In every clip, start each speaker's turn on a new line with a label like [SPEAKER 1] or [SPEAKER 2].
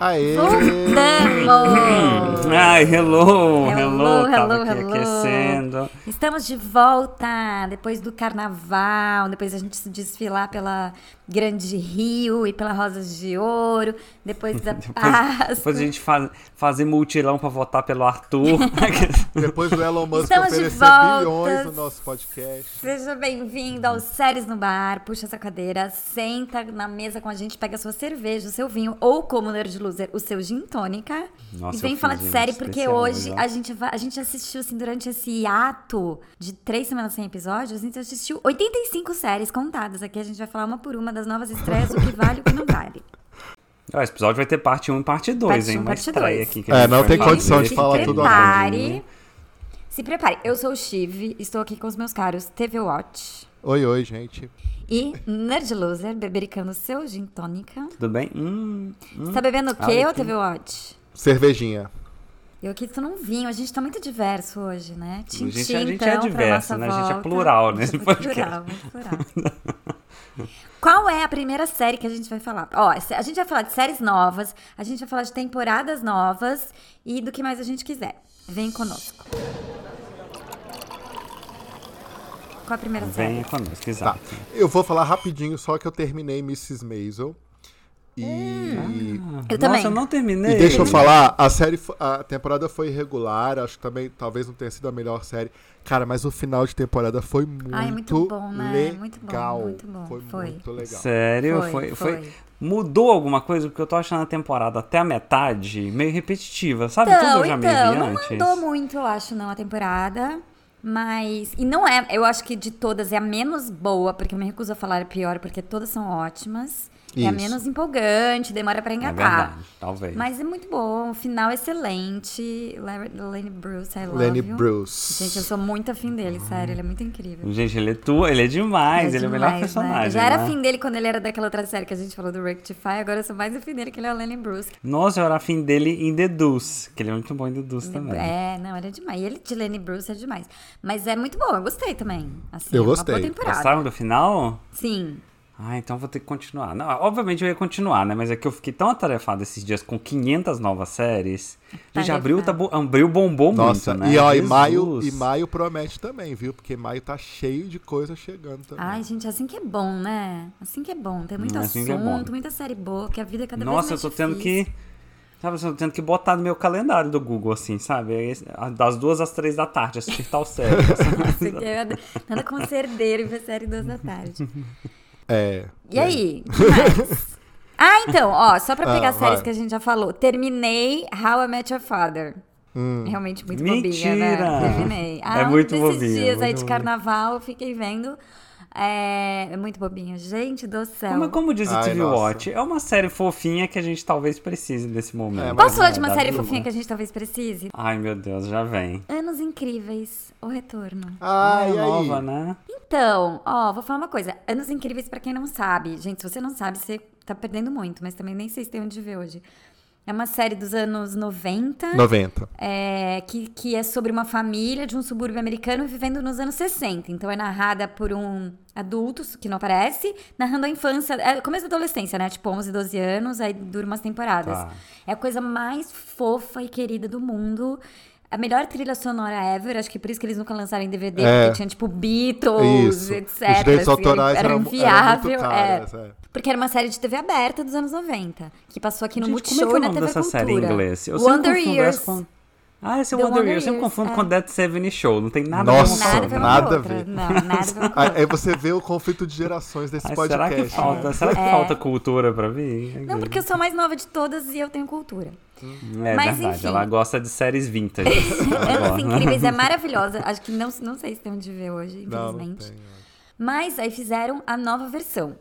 [SPEAKER 1] Aê!
[SPEAKER 2] Voltamos!
[SPEAKER 3] Ai, hello,
[SPEAKER 2] Hello,
[SPEAKER 3] hello, tava
[SPEAKER 2] hello,
[SPEAKER 3] aqui
[SPEAKER 2] hello.
[SPEAKER 3] aquecendo.
[SPEAKER 2] Estamos de volta depois do carnaval, depois a gente se desfilar pela Grande Rio e pela Rosas de Ouro, depois da paz.
[SPEAKER 3] Depois a gente faz, fazer multirão pra votar pelo Arthur.
[SPEAKER 1] Depois do Elon Musk
[SPEAKER 2] Estamos de
[SPEAKER 1] oferecer
[SPEAKER 2] volta.
[SPEAKER 1] bilhões no nosso podcast.
[SPEAKER 2] Seja bem-vindo ao Séries no Bar. Puxa essa cadeira, senta na mesa com a gente, pega a sua cerveja, o seu vinho ou, como Nerd Loser, o seu gin tônica. e
[SPEAKER 3] Nossa, eu
[SPEAKER 2] vem
[SPEAKER 3] fiz
[SPEAKER 2] falar de
[SPEAKER 3] um
[SPEAKER 2] série, porque
[SPEAKER 3] especial
[SPEAKER 2] hoje
[SPEAKER 3] hoje, ó.
[SPEAKER 2] a gente, va- a gente assistiu, assim, durante esse ato de três semanas sem episódios, a gente assistiu 85 séries contadas. Aqui a gente vai falar uma por uma das novas estreias, o que vale e o que não vale.
[SPEAKER 3] Ó, Esse episódio vai ter parte 1 e parte 2,
[SPEAKER 2] Parte
[SPEAKER 3] hein?
[SPEAKER 2] um,
[SPEAKER 3] Uma
[SPEAKER 2] parte
[SPEAKER 3] estreia
[SPEAKER 2] dois.
[SPEAKER 3] aqui. que a
[SPEAKER 1] É,
[SPEAKER 3] gente
[SPEAKER 1] não
[SPEAKER 3] vai
[SPEAKER 1] tem
[SPEAKER 3] fazer.
[SPEAKER 1] condição de
[SPEAKER 2] Se
[SPEAKER 1] falar tudo
[SPEAKER 3] agora.
[SPEAKER 2] prepare. Se prepare. Eu sou o Chive, estou aqui com os meus caros TV Watch.
[SPEAKER 1] Oi, oi, gente.
[SPEAKER 2] E Nerd Loser, bebericando seu gin tônica.
[SPEAKER 3] Tudo bem? Hum,
[SPEAKER 2] Você tá bebendo o quê,
[SPEAKER 3] olha
[SPEAKER 2] ô
[SPEAKER 3] aqui.
[SPEAKER 2] TV Watch?
[SPEAKER 1] Cervejinha.
[SPEAKER 2] Eu aqui tô num vinho, a gente tá muito diverso hoje, né? Tintim,
[SPEAKER 3] A gente- a gente é
[SPEAKER 2] então, pra
[SPEAKER 3] diverso,
[SPEAKER 2] nossa
[SPEAKER 3] né? A gente é
[SPEAKER 2] volta.
[SPEAKER 3] plural
[SPEAKER 2] A gente
[SPEAKER 3] nesse
[SPEAKER 2] é muito
[SPEAKER 3] podcast.
[SPEAKER 2] plural, muito plural. Qual é a primeira série que a gente vai falar? Ó, a gente vai falar de séries novas, a gente vai falar de temporadas novas e do que mais a gente quiser. Vem conosco. Qual a primeira série?
[SPEAKER 3] Venha
[SPEAKER 1] Tá.
[SPEAKER 3] conosco, exato.
[SPEAKER 1] Eu vou falar rapidinho, só que eu terminei Mrs. Maisel. E,
[SPEAKER 2] Eu
[SPEAKER 3] Nossa,
[SPEAKER 2] também.
[SPEAKER 3] eu não terminei.
[SPEAKER 1] e
[SPEAKER 2] É.
[SPEAKER 1] deixa eu falar, a série, fo- a temporada foi irregular, acho que também talvez não tenha sido a melhor série. Cara, mas o final de temporada foi muito,
[SPEAKER 2] Ai, muito bom, né? Muito bom,
[SPEAKER 1] legal.
[SPEAKER 2] muito bom.
[SPEAKER 1] Foi,
[SPEAKER 2] Foi.
[SPEAKER 1] muito legal.
[SPEAKER 3] Sério?
[SPEAKER 2] Foi,
[SPEAKER 3] Foi, foi,
[SPEAKER 2] foi.
[SPEAKER 3] Mudou alguma coisa? Porque eu tô achando a temporada até a metade meio repetitiva, sabe? Tudo
[SPEAKER 2] Então,
[SPEAKER 3] eu já
[SPEAKER 2] então,
[SPEAKER 3] me vi
[SPEAKER 2] não
[SPEAKER 3] antes.
[SPEAKER 2] mandou muito, eu acho, não, a temporada. Mas. E não é. Eu acho que de todas é a menos boa, porque eu me recuso a falar a pior, porque todas são ótimas. É a
[SPEAKER 1] Isso.
[SPEAKER 2] menos empolgante, demora pra
[SPEAKER 3] É
[SPEAKER 2] engatar.
[SPEAKER 3] verdade, talvez.
[SPEAKER 2] mas é muito bom, o final é excelente. Larry- Lenny Bruce, I love
[SPEAKER 1] Lenny
[SPEAKER 2] you.
[SPEAKER 1] Bruce.
[SPEAKER 2] Gente, eu sou muito afim dele, sério, ele é muito incrível.
[SPEAKER 3] Gente, ele é tua, ele é demais, Ah. ele é o melhor
[SPEAKER 2] demais, né?
[SPEAKER 3] personagem.
[SPEAKER 2] Eu já era
[SPEAKER 3] né?
[SPEAKER 2] afim dele quando ele era daquela outra série que a gente falou do Rectify, agora eu sou mais afim dele que ele é o Lenny Bruce.
[SPEAKER 3] Nossa, eu era afim dele em Deduz, que ele é muito bom em Deduz também.
[SPEAKER 2] É, não, era demais. E ele de Lenny Bruce é demais. Mas é muito bom, eu gostei também. Assim,
[SPEAKER 1] Eu
[SPEAKER 2] é uma
[SPEAKER 1] gostei.
[SPEAKER 2] boa temporada.
[SPEAKER 3] Gostaram do final?
[SPEAKER 2] Sim.
[SPEAKER 3] Ah, então vou ter que continuar. Não, obviamente eu ia continuar, né? Mas é que eu fiquei tão atarefado esses dias com 500 novas séries. A gente abriu, o tabu, abriu bombou
[SPEAKER 1] Nossa,
[SPEAKER 3] muito, né?
[SPEAKER 1] e ó, e
[SPEAKER 3] Jesus.
[SPEAKER 1] maio, e maio promete também, viu? Porque maio tá cheio de coisa chegando também.
[SPEAKER 2] Ai, gente, assim que é bom, né? Assim que é bom. Tem muito
[SPEAKER 3] Hum, assim
[SPEAKER 2] assunto,
[SPEAKER 3] que é bom.
[SPEAKER 2] muita série boa, que a vida é cada
[SPEAKER 3] Nossa, eu
[SPEAKER 2] vez mais
[SPEAKER 3] tô tendo
[SPEAKER 2] difícil.
[SPEAKER 3] que. Sabe, eu tô tendo que botar no meu calendário do Google, assim, sabe? Esse- Das duas às três da tarde, assistir tal série. assim.
[SPEAKER 2] Nossa, que eu adoro- Nada como ser herdeiro um e ver série duas da tarde.
[SPEAKER 1] É.
[SPEAKER 2] E aí? que mais? ah, então, ó, só pra
[SPEAKER 1] Ah,
[SPEAKER 2] pegar as séries
[SPEAKER 1] vai.
[SPEAKER 2] que a gente já falou. Terminei How I Met Your Father. Realmente muito bobinha, né?
[SPEAKER 3] Hum. Mentira!
[SPEAKER 2] Terminei. Ah,
[SPEAKER 3] É muito
[SPEAKER 2] desses
[SPEAKER 3] bobinha,
[SPEAKER 2] dias
[SPEAKER 3] muito
[SPEAKER 2] aí de
[SPEAKER 3] bobinha.
[SPEAKER 2] carnaval, eu fiquei vendo. É, é muito bobinho. Gente do céu.
[SPEAKER 3] Mas É como diz o
[SPEAKER 1] Ai,
[SPEAKER 3] TV
[SPEAKER 1] nossa.
[SPEAKER 3] Watch, é uma série fofinha que a gente talvez precise nesse momento.
[SPEAKER 1] É, mas-
[SPEAKER 2] Posso falar de uma
[SPEAKER 3] Da
[SPEAKER 2] série
[SPEAKER 3] Globo.
[SPEAKER 2] fofinha que a gente talvez precise?
[SPEAKER 3] Ai, meu Deus, já vem.
[SPEAKER 2] Anos Incríveis, o retorno.
[SPEAKER 1] Ah, e
[SPEAKER 3] é
[SPEAKER 1] aí?
[SPEAKER 3] nova, né?
[SPEAKER 2] Então, ó, vou falar uma coisa. Anos Incríveis, pra quem não sabe. Gente, se você não sabe, você tá perdendo muito, mas também nem sei se tem onde ver hoje. É uma série dos anos 90.
[SPEAKER 1] 90.
[SPEAKER 2] é, que, que é sobre uma família de um subúrbio americano vivendo nos anos 60. Então é narrada por um adulto que não aparece, narrando a infância, é, começo da adolescência, né? Tipo 11, 12 anos, aí dura umas temporadas.
[SPEAKER 3] Tá.
[SPEAKER 2] É a coisa mais fofa e querida do mundo. A melhor trilha sonora ever, acho que por isso que eles nunca lançaram em DVD,
[SPEAKER 1] É.
[SPEAKER 2] porque tinha tipo Beatles,
[SPEAKER 1] Isso.
[SPEAKER 2] etc.
[SPEAKER 1] Os direitos
[SPEAKER 2] assim,
[SPEAKER 1] autorais
[SPEAKER 2] era
[SPEAKER 1] eram, eram
[SPEAKER 2] inviável.
[SPEAKER 1] muito
[SPEAKER 2] é.
[SPEAKER 1] caros. é.
[SPEAKER 2] Porque era uma série de TV aberta dos anos 90, que passou aqui no
[SPEAKER 3] Gente,
[SPEAKER 2] Multishow
[SPEAKER 3] como é
[SPEAKER 2] e
[SPEAKER 3] que é
[SPEAKER 2] na TV
[SPEAKER 3] o nome dessa
[SPEAKER 2] Cultura.
[SPEAKER 3] série em inglês? Eu
[SPEAKER 2] Wonder
[SPEAKER 3] sempre confundo
[SPEAKER 2] Years.
[SPEAKER 3] essa com... Ah, esse é
[SPEAKER 2] The
[SPEAKER 3] Wonder,
[SPEAKER 2] Wonder
[SPEAKER 3] Years. Eu sempre
[SPEAKER 2] Years,
[SPEAKER 3] confundo
[SPEAKER 2] é.
[SPEAKER 3] com Dead Seven Show. Não tem nada
[SPEAKER 1] Nossa,
[SPEAKER 3] a ver
[SPEAKER 2] Nada a
[SPEAKER 3] uma
[SPEAKER 2] ver
[SPEAKER 3] com
[SPEAKER 2] uma
[SPEAKER 1] nada
[SPEAKER 3] a outra.
[SPEAKER 1] a
[SPEAKER 2] outra.
[SPEAKER 1] ver.
[SPEAKER 2] Não, nada a ver uma com a
[SPEAKER 1] Aí
[SPEAKER 2] outra.
[SPEAKER 1] aí você vê o conflito de gerações desse
[SPEAKER 3] Ai, será
[SPEAKER 1] podcast.
[SPEAKER 3] que falta,
[SPEAKER 1] né?
[SPEAKER 3] será que
[SPEAKER 2] É.
[SPEAKER 3] falta cultura pra vir?
[SPEAKER 2] Não, porque eu sou a mais nova de todas e eu tenho cultura.
[SPEAKER 3] É
[SPEAKER 2] Mas,
[SPEAKER 3] verdade,
[SPEAKER 2] enfim.
[SPEAKER 3] ela gosta de séries vintage. Ela
[SPEAKER 2] Anos
[SPEAKER 3] gosta.
[SPEAKER 2] Incríveis é maravilhosa. Acho que não, não sei se tem onde ver hoje,
[SPEAKER 1] Não, não
[SPEAKER 2] infelizmente.
[SPEAKER 1] tem. é.
[SPEAKER 2] Mas aí fizeram a nova versão.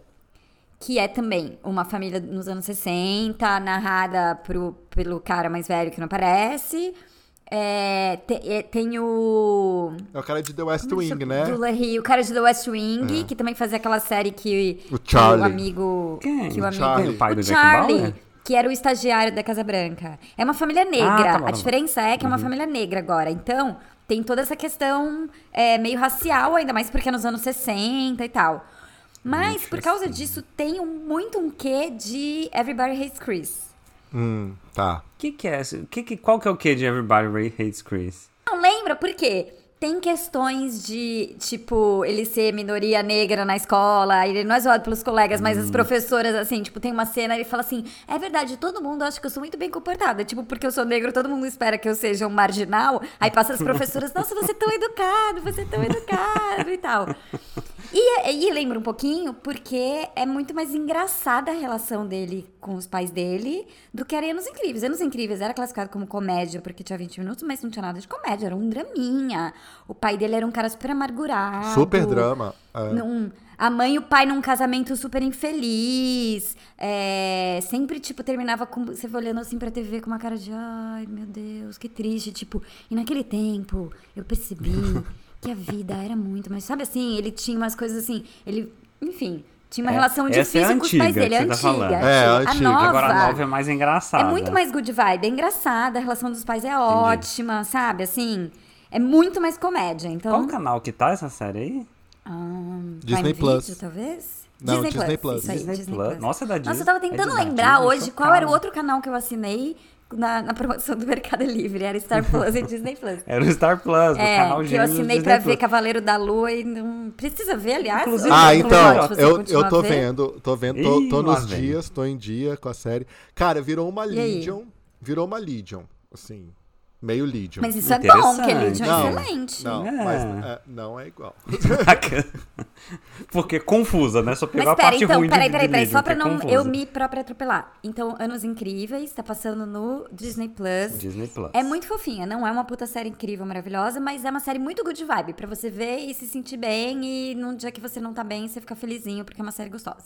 [SPEAKER 2] Que é também uma família nos anos 60, narrada pro, pelo cara mais velho que não aparece. É, te- é, tem o.
[SPEAKER 1] É o cara de The West
[SPEAKER 2] Como é que
[SPEAKER 1] Wing,
[SPEAKER 2] chama?
[SPEAKER 1] né? É.
[SPEAKER 2] Do Larry, o cara de The West Wing, que também fazia aquela série que
[SPEAKER 1] O Charlie.
[SPEAKER 2] que o amigo.
[SPEAKER 3] Quem?
[SPEAKER 2] Que o
[SPEAKER 3] O
[SPEAKER 2] amigo.
[SPEAKER 1] Charlie.
[SPEAKER 3] Quem é o pai do
[SPEAKER 2] o
[SPEAKER 3] Jack
[SPEAKER 2] Charlie,
[SPEAKER 3] Bauer?
[SPEAKER 2] que era o estagiário da Casa Branca. É uma família
[SPEAKER 3] Ah,
[SPEAKER 2] negra.
[SPEAKER 3] tá bom.
[SPEAKER 2] a diferença é que é uma família negra agora. Então, tem toda essa questão é, meio racial, ainda mais porque é nos anos 60 e tal. Mas, por causa disso, tem um- muito um quê de Everybody Hates Chris.
[SPEAKER 1] Hum, tá.
[SPEAKER 3] Que que é? isso? Que que, qual que é o que de Everybody Ray Hates Chris?
[SPEAKER 2] Não lembra por quê? Tem questões de, tipo, ele ser minoria negra na escola, ele não é zoado pelos colegas, mas as professoras, assim, tipo, tem uma cena, ele fala assim: é verdade, todo mundo acha que eu sou muito bem comportada, tipo, porque eu sou negro, todo mundo espera que eu seja um marginal, aí passa as professoras: nossa, você é tão educado, você é tão educado e tal. E, e lembra um pouquinho, porque é muito mais engraçada a relação dele com os pais dele do que era Anos Incríveis. Anos Incríveis era classificado como comédia, porque tinha 20 minutos, mas não tinha nada de comédia, era um draminha. O pai dele era um cara super amargurado.
[SPEAKER 1] Super drama. é.
[SPEAKER 2] Num- a mãe e o pai num casamento super infeliz. É, sempre, tipo, terminava com. Você olhando assim pra TV com uma cara de. Ai, meu Deus, que triste. Tipo, e naquele tempo eu percebi que a vida era muito. Mas sabe assim, ele tinha umas coisas assim. Ele. Enfim, tinha uma
[SPEAKER 3] É,
[SPEAKER 2] relação
[SPEAKER 3] essa é
[SPEAKER 2] difícil com os pais
[SPEAKER 3] antiga que
[SPEAKER 2] dele. É
[SPEAKER 3] você tá
[SPEAKER 2] antiga.
[SPEAKER 3] falando.
[SPEAKER 1] É, antiga.
[SPEAKER 3] Agora a nova é mais engraçada.
[SPEAKER 2] É muito mais good vibe, é engraçada, a relação dos pais é ótima, sabe? Assim, é muito mais comédia. Então,
[SPEAKER 3] Qual canal que tá essa série aí?
[SPEAKER 2] Ah,
[SPEAKER 1] Disney
[SPEAKER 2] Prime
[SPEAKER 1] Plus.
[SPEAKER 2] Video, talvez?
[SPEAKER 1] Não, Disney Plus.
[SPEAKER 2] isso aí,
[SPEAKER 3] Disney
[SPEAKER 2] Disney,
[SPEAKER 3] Plus.
[SPEAKER 2] Plus.
[SPEAKER 3] Nossa, é da Disney.
[SPEAKER 2] Nossa, eu tava
[SPEAKER 3] É
[SPEAKER 2] tentando
[SPEAKER 3] da
[SPEAKER 2] lembrar
[SPEAKER 3] Disney,
[SPEAKER 2] hoje
[SPEAKER 3] chocado.
[SPEAKER 2] qual era o outro canal que eu assinei na, na promoção do Mercado Livre. Era Star Plus e Disney Plus.
[SPEAKER 3] Era o Star Plus, do
[SPEAKER 2] É,
[SPEAKER 3] canal
[SPEAKER 2] que eu
[SPEAKER 3] gêmeo do
[SPEAKER 2] assinei
[SPEAKER 3] Disney
[SPEAKER 2] pra
[SPEAKER 3] Plus.
[SPEAKER 2] ver Cavaleiro da Lua e não... Precisa ver, aliás.
[SPEAKER 3] Inclusive, um
[SPEAKER 2] ou-
[SPEAKER 1] Ah,
[SPEAKER 3] Sim,
[SPEAKER 1] então,
[SPEAKER 2] se você
[SPEAKER 1] eu,
[SPEAKER 2] continuar
[SPEAKER 1] eu tô
[SPEAKER 2] a ver.
[SPEAKER 1] vendo, tô vendo, tô,
[SPEAKER 3] Ih,
[SPEAKER 1] tô
[SPEAKER 3] lá
[SPEAKER 1] nos
[SPEAKER 3] vem.
[SPEAKER 1] dias, tô em dia com a série. Cara, virou uma
[SPEAKER 2] E aí?
[SPEAKER 1] Legion, virou uma Legion, assim, meio Legion.
[SPEAKER 2] Mas isso é bom, porque
[SPEAKER 3] Interessante.
[SPEAKER 2] Legion
[SPEAKER 1] Não,
[SPEAKER 2] é excelente.
[SPEAKER 1] Não,
[SPEAKER 3] É.
[SPEAKER 1] mas é, não é igual.
[SPEAKER 3] Porque confusa, né? Só pegou
[SPEAKER 2] um. Mas
[SPEAKER 3] a
[SPEAKER 2] pera,
[SPEAKER 3] parte
[SPEAKER 2] então,
[SPEAKER 3] ruim
[SPEAKER 2] peraí,
[SPEAKER 3] de
[SPEAKER 2] peraí, peraí,
[SPEAKER 3] Legion,
[SPEAKER 2] só
[SPEAKER 3] que
[SPEAKER 2] pra
[SPEAKER 3] é
[SPEAKER 2] não
[SPEAKER 3] confusa.
[SPEAKER 2] eu me própria atropelar. Então, Anos Incríveis, tá passando no Disney Plus.
[SPEAKER 3] Disney Plus.
[SPEAKER 2] É muito fofinha, não é uma puta série incrível, maravilhosa, mas é uma série muito good vibe, pra você ver e se sentir bem, e num dia que você não tá bem, você fica felizinho, porque é uma série gostosa.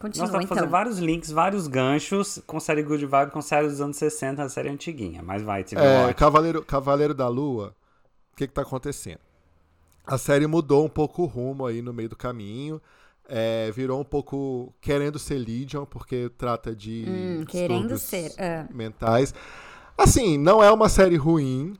[SPEAKER 2] Continua,
[SPEAKER 3] Nós dá pra fazer
[SPEAKER 2] então.
[SPEAKER 3] vários links, vários ganchos com série Good Vibe, com série dos anos 60, a série antiguinha. Mas vai, TV
[SPEAKER 1] É,
[SPEAKER 3] é,
[SPEAKER 1] Cavaleiro, Cavaleiro da Lua, o que que tá acontecendo? A série mudou um pouco o rumo aí no meio do caminho, é, virou um pouco querendo ser Legion, porque trata de
[SPEAKER 2] Hum, querendo
[SPEAKER 1] distúrbios
[SPEAKER 2] ser, é.
[SPEAKER 1] mentais. Assim, não é uma série ruim,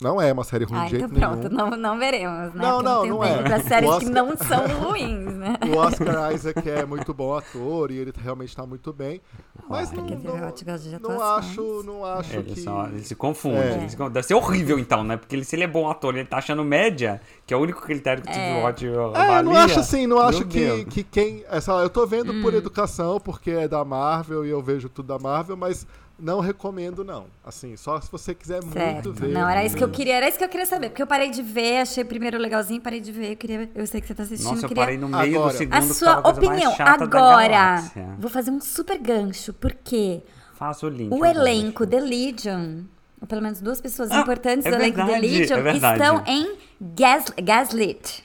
[SPEAKER 1] não é uma série ruim
[SPEAKER 2] Ah,
[SPEAKER 1] de jeito
[SPEAKER 2] então pronto,
[SPEAKER 1] nenhum.
[SPEAKER 2] não, não veremos, né?
[SPEAKER 1] Não,
[SPEAKER 2] Porque
[SPEAKER 1] não,
[SPEAKER 2] tem
[SPEAKER 1] não
[SPEAKER 2] tempo
[SPEAKER 1] é.
[SPEAKER 2] pra séries
[SPEAKER 1] O
[SPEAKER 2] que
[SPEAKER 1] Oscar-
[SPEAKER 2] não são ruins, né?
[SPEAKER 1] O Oscar Isaac é muito bom ator e ele realmente tá muito bem, mas
[SPEAKER 3] Olha,
[SPEAKER 1] não,
[SPEAKER 2] que teve ótimas
[SPEAKER 1] não, não
[SPEAKER 2] atuações.
[SPEAKER 1] acho, não acho
[SPEAKER 3] ele,
[SPEAKER 1] que...
[SPEAKER 3] só- ele se confunde.
[SPEAKER 1] É.
[SPEAKER 3] ele se confunde. Deve ser horrível então, né? Porque ele- se ele é bom ator e ele tá achando média, que é o único critério que o TV Watch
[SPEAKER 1] É, eu não
[SPEAKER 3] avalia,
[SPEAKER 1] acho assim, não
[SPEAKER 3] meu
[SPEAKER 1] acho que,
[SPEAKER 3] Deus.
[SPEAKER 1] que quem. Essa, eu tô vendo
[SPEAKER 2] Hum.
[SPEAKER 1] por educação, porque é da Marvel e eu vejo tudo da Marvel, mas não recomendo, não. Assim, só se você quiser muito
[SPEAKER 2] Certo.
[SPEAKER 1] ver. Hum.
[SPEAKER 2] Não, era isso que eu queria, era isso que eu queria saber. Porque eu parei de ver, achei o primeiro legalzinho, parei de ver. Eu, queria, eu sei que você tá assistindo,
[SPEAKER 3] Nossa,
[SPEAKER 2] eu
[SPEAKER 3] eu
[SPEAKER 2] queria
[SPEAKER 3] parei no meio
[SPEAKER 1] Agora.
[SPEAKER 3] do segundo.
[SPEAKER 2] A
[SPEAKER 3] que
[SPEAKER 2] sua
[SPEAKER 3] tava a coisa mais
[SPEAKER 2] opinião
[SPEAKER 3] chata da
[SPEAKER 2] agora.
[SPEAKER 3] galáxia.
[SPEAKER 2] Vou fazer um super gancho, porque
[SPEAKER 3] Faça o link.
[SPEAKER 2] o
[SPEAKER 3] eu
[SPEAKER 2] elenco
[SPEAKER 3] deixo.
[SPEAKER 2] The Legion, ou pelo menos duas pessoas
[SPEAKER 3] Ah,
[SPEAKER 2] importantes
[SPEAKER 3] é
[SPEAKER 2] do elenco The
[SPEAKER 3] verdade,
[SPEAKER 2] Legion,
[SPEAKER 3] é verdade.
[SPEAKER 2] estão em Gas, Gaslit,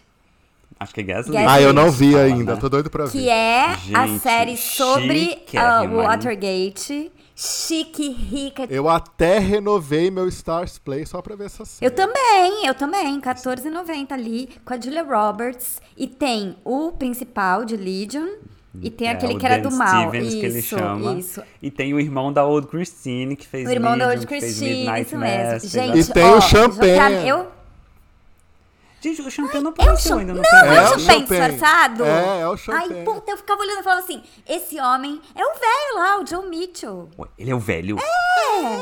[SPEAKER 3] Acho que é Gasly.
[SPEAKER 2] Gasly.
[SPEAKER 1] Ah, eu não vi
[SPEAKER 3] Fala,
[SPEAKER 1] ainda,
[SPEAKER 3] né?
[SPEAKER 1] tô doido pra ver.
[SPEAKER 2] que é a
[SPEAKER 3] Gente,
[SPEAKER 2] série sobre ah, o
[SPEAKER 3] chiquérrima, hein?
[SPEAKER 2] Watergate. Chique, rica. Eu,
[SPEAKER 1] Eu até renovei meu Stars Play só pra ver essa série.
[SPEAKER 2] também, eu também. 14,90 ali, com a Julia Roberts. E tem o principal de Legion. E tem
[SPEAKER 3] É,
[SPEAKER 2] aquele
[SPEAKER 3] o
[SPEAKER 2] que era
[SPEAKER 3] Dan
[SPEAKER 2] do mal.
[SPEAKER 3] Stevens,
[SPEAKER 2] isso,
[SPEAKER 3] que ele chama.
[SPEAKER 2] isso.
[SPEAKER 3] E tem o irmão da Old Christine, que fez
[SPEAKER 2] O irmão da
[SPEAKER 3] Medium,
[SPEAKER 2] Old
[SPEAKER 3] que fez
[SPEAKER 2] Christine,
[SPEAKER 3] Midnight
[SPEAKER 2] isso mesmo.
[SPEAKER 3] Mass,
[SPEAKER 2] Gente,
[SPEAKER 1] E tem o
[SPEAKER 2] ó,
[SPEAKER 1] champanhe.
[SPEAKER 2] já- Eu,
[SPEAKER 3] Gente, o champanhe não
[SPEAKER 2] eu
[SPEAKER 3] apareceu
[SPEAKER 2] cham-
[SPEAKER 3] ainda
[SPEAKER 2] Não,
[SPEAKER 3] no
[SPEAKER 2] é o
[SPEAKER 1] É o
[SPEAKER 2] champanhe
[SPEAKER 1] champanhe.
[SPEAKER 2] disfarçado?
[SPEAKER 1] É, é o champanhe.
[SPEAKER 2] Ai, puta, eu ficava olhando e falava assim, esse homem é o velho lá, o John Mitchell.
[SPEAKER 3] Ué, Ele é o velho.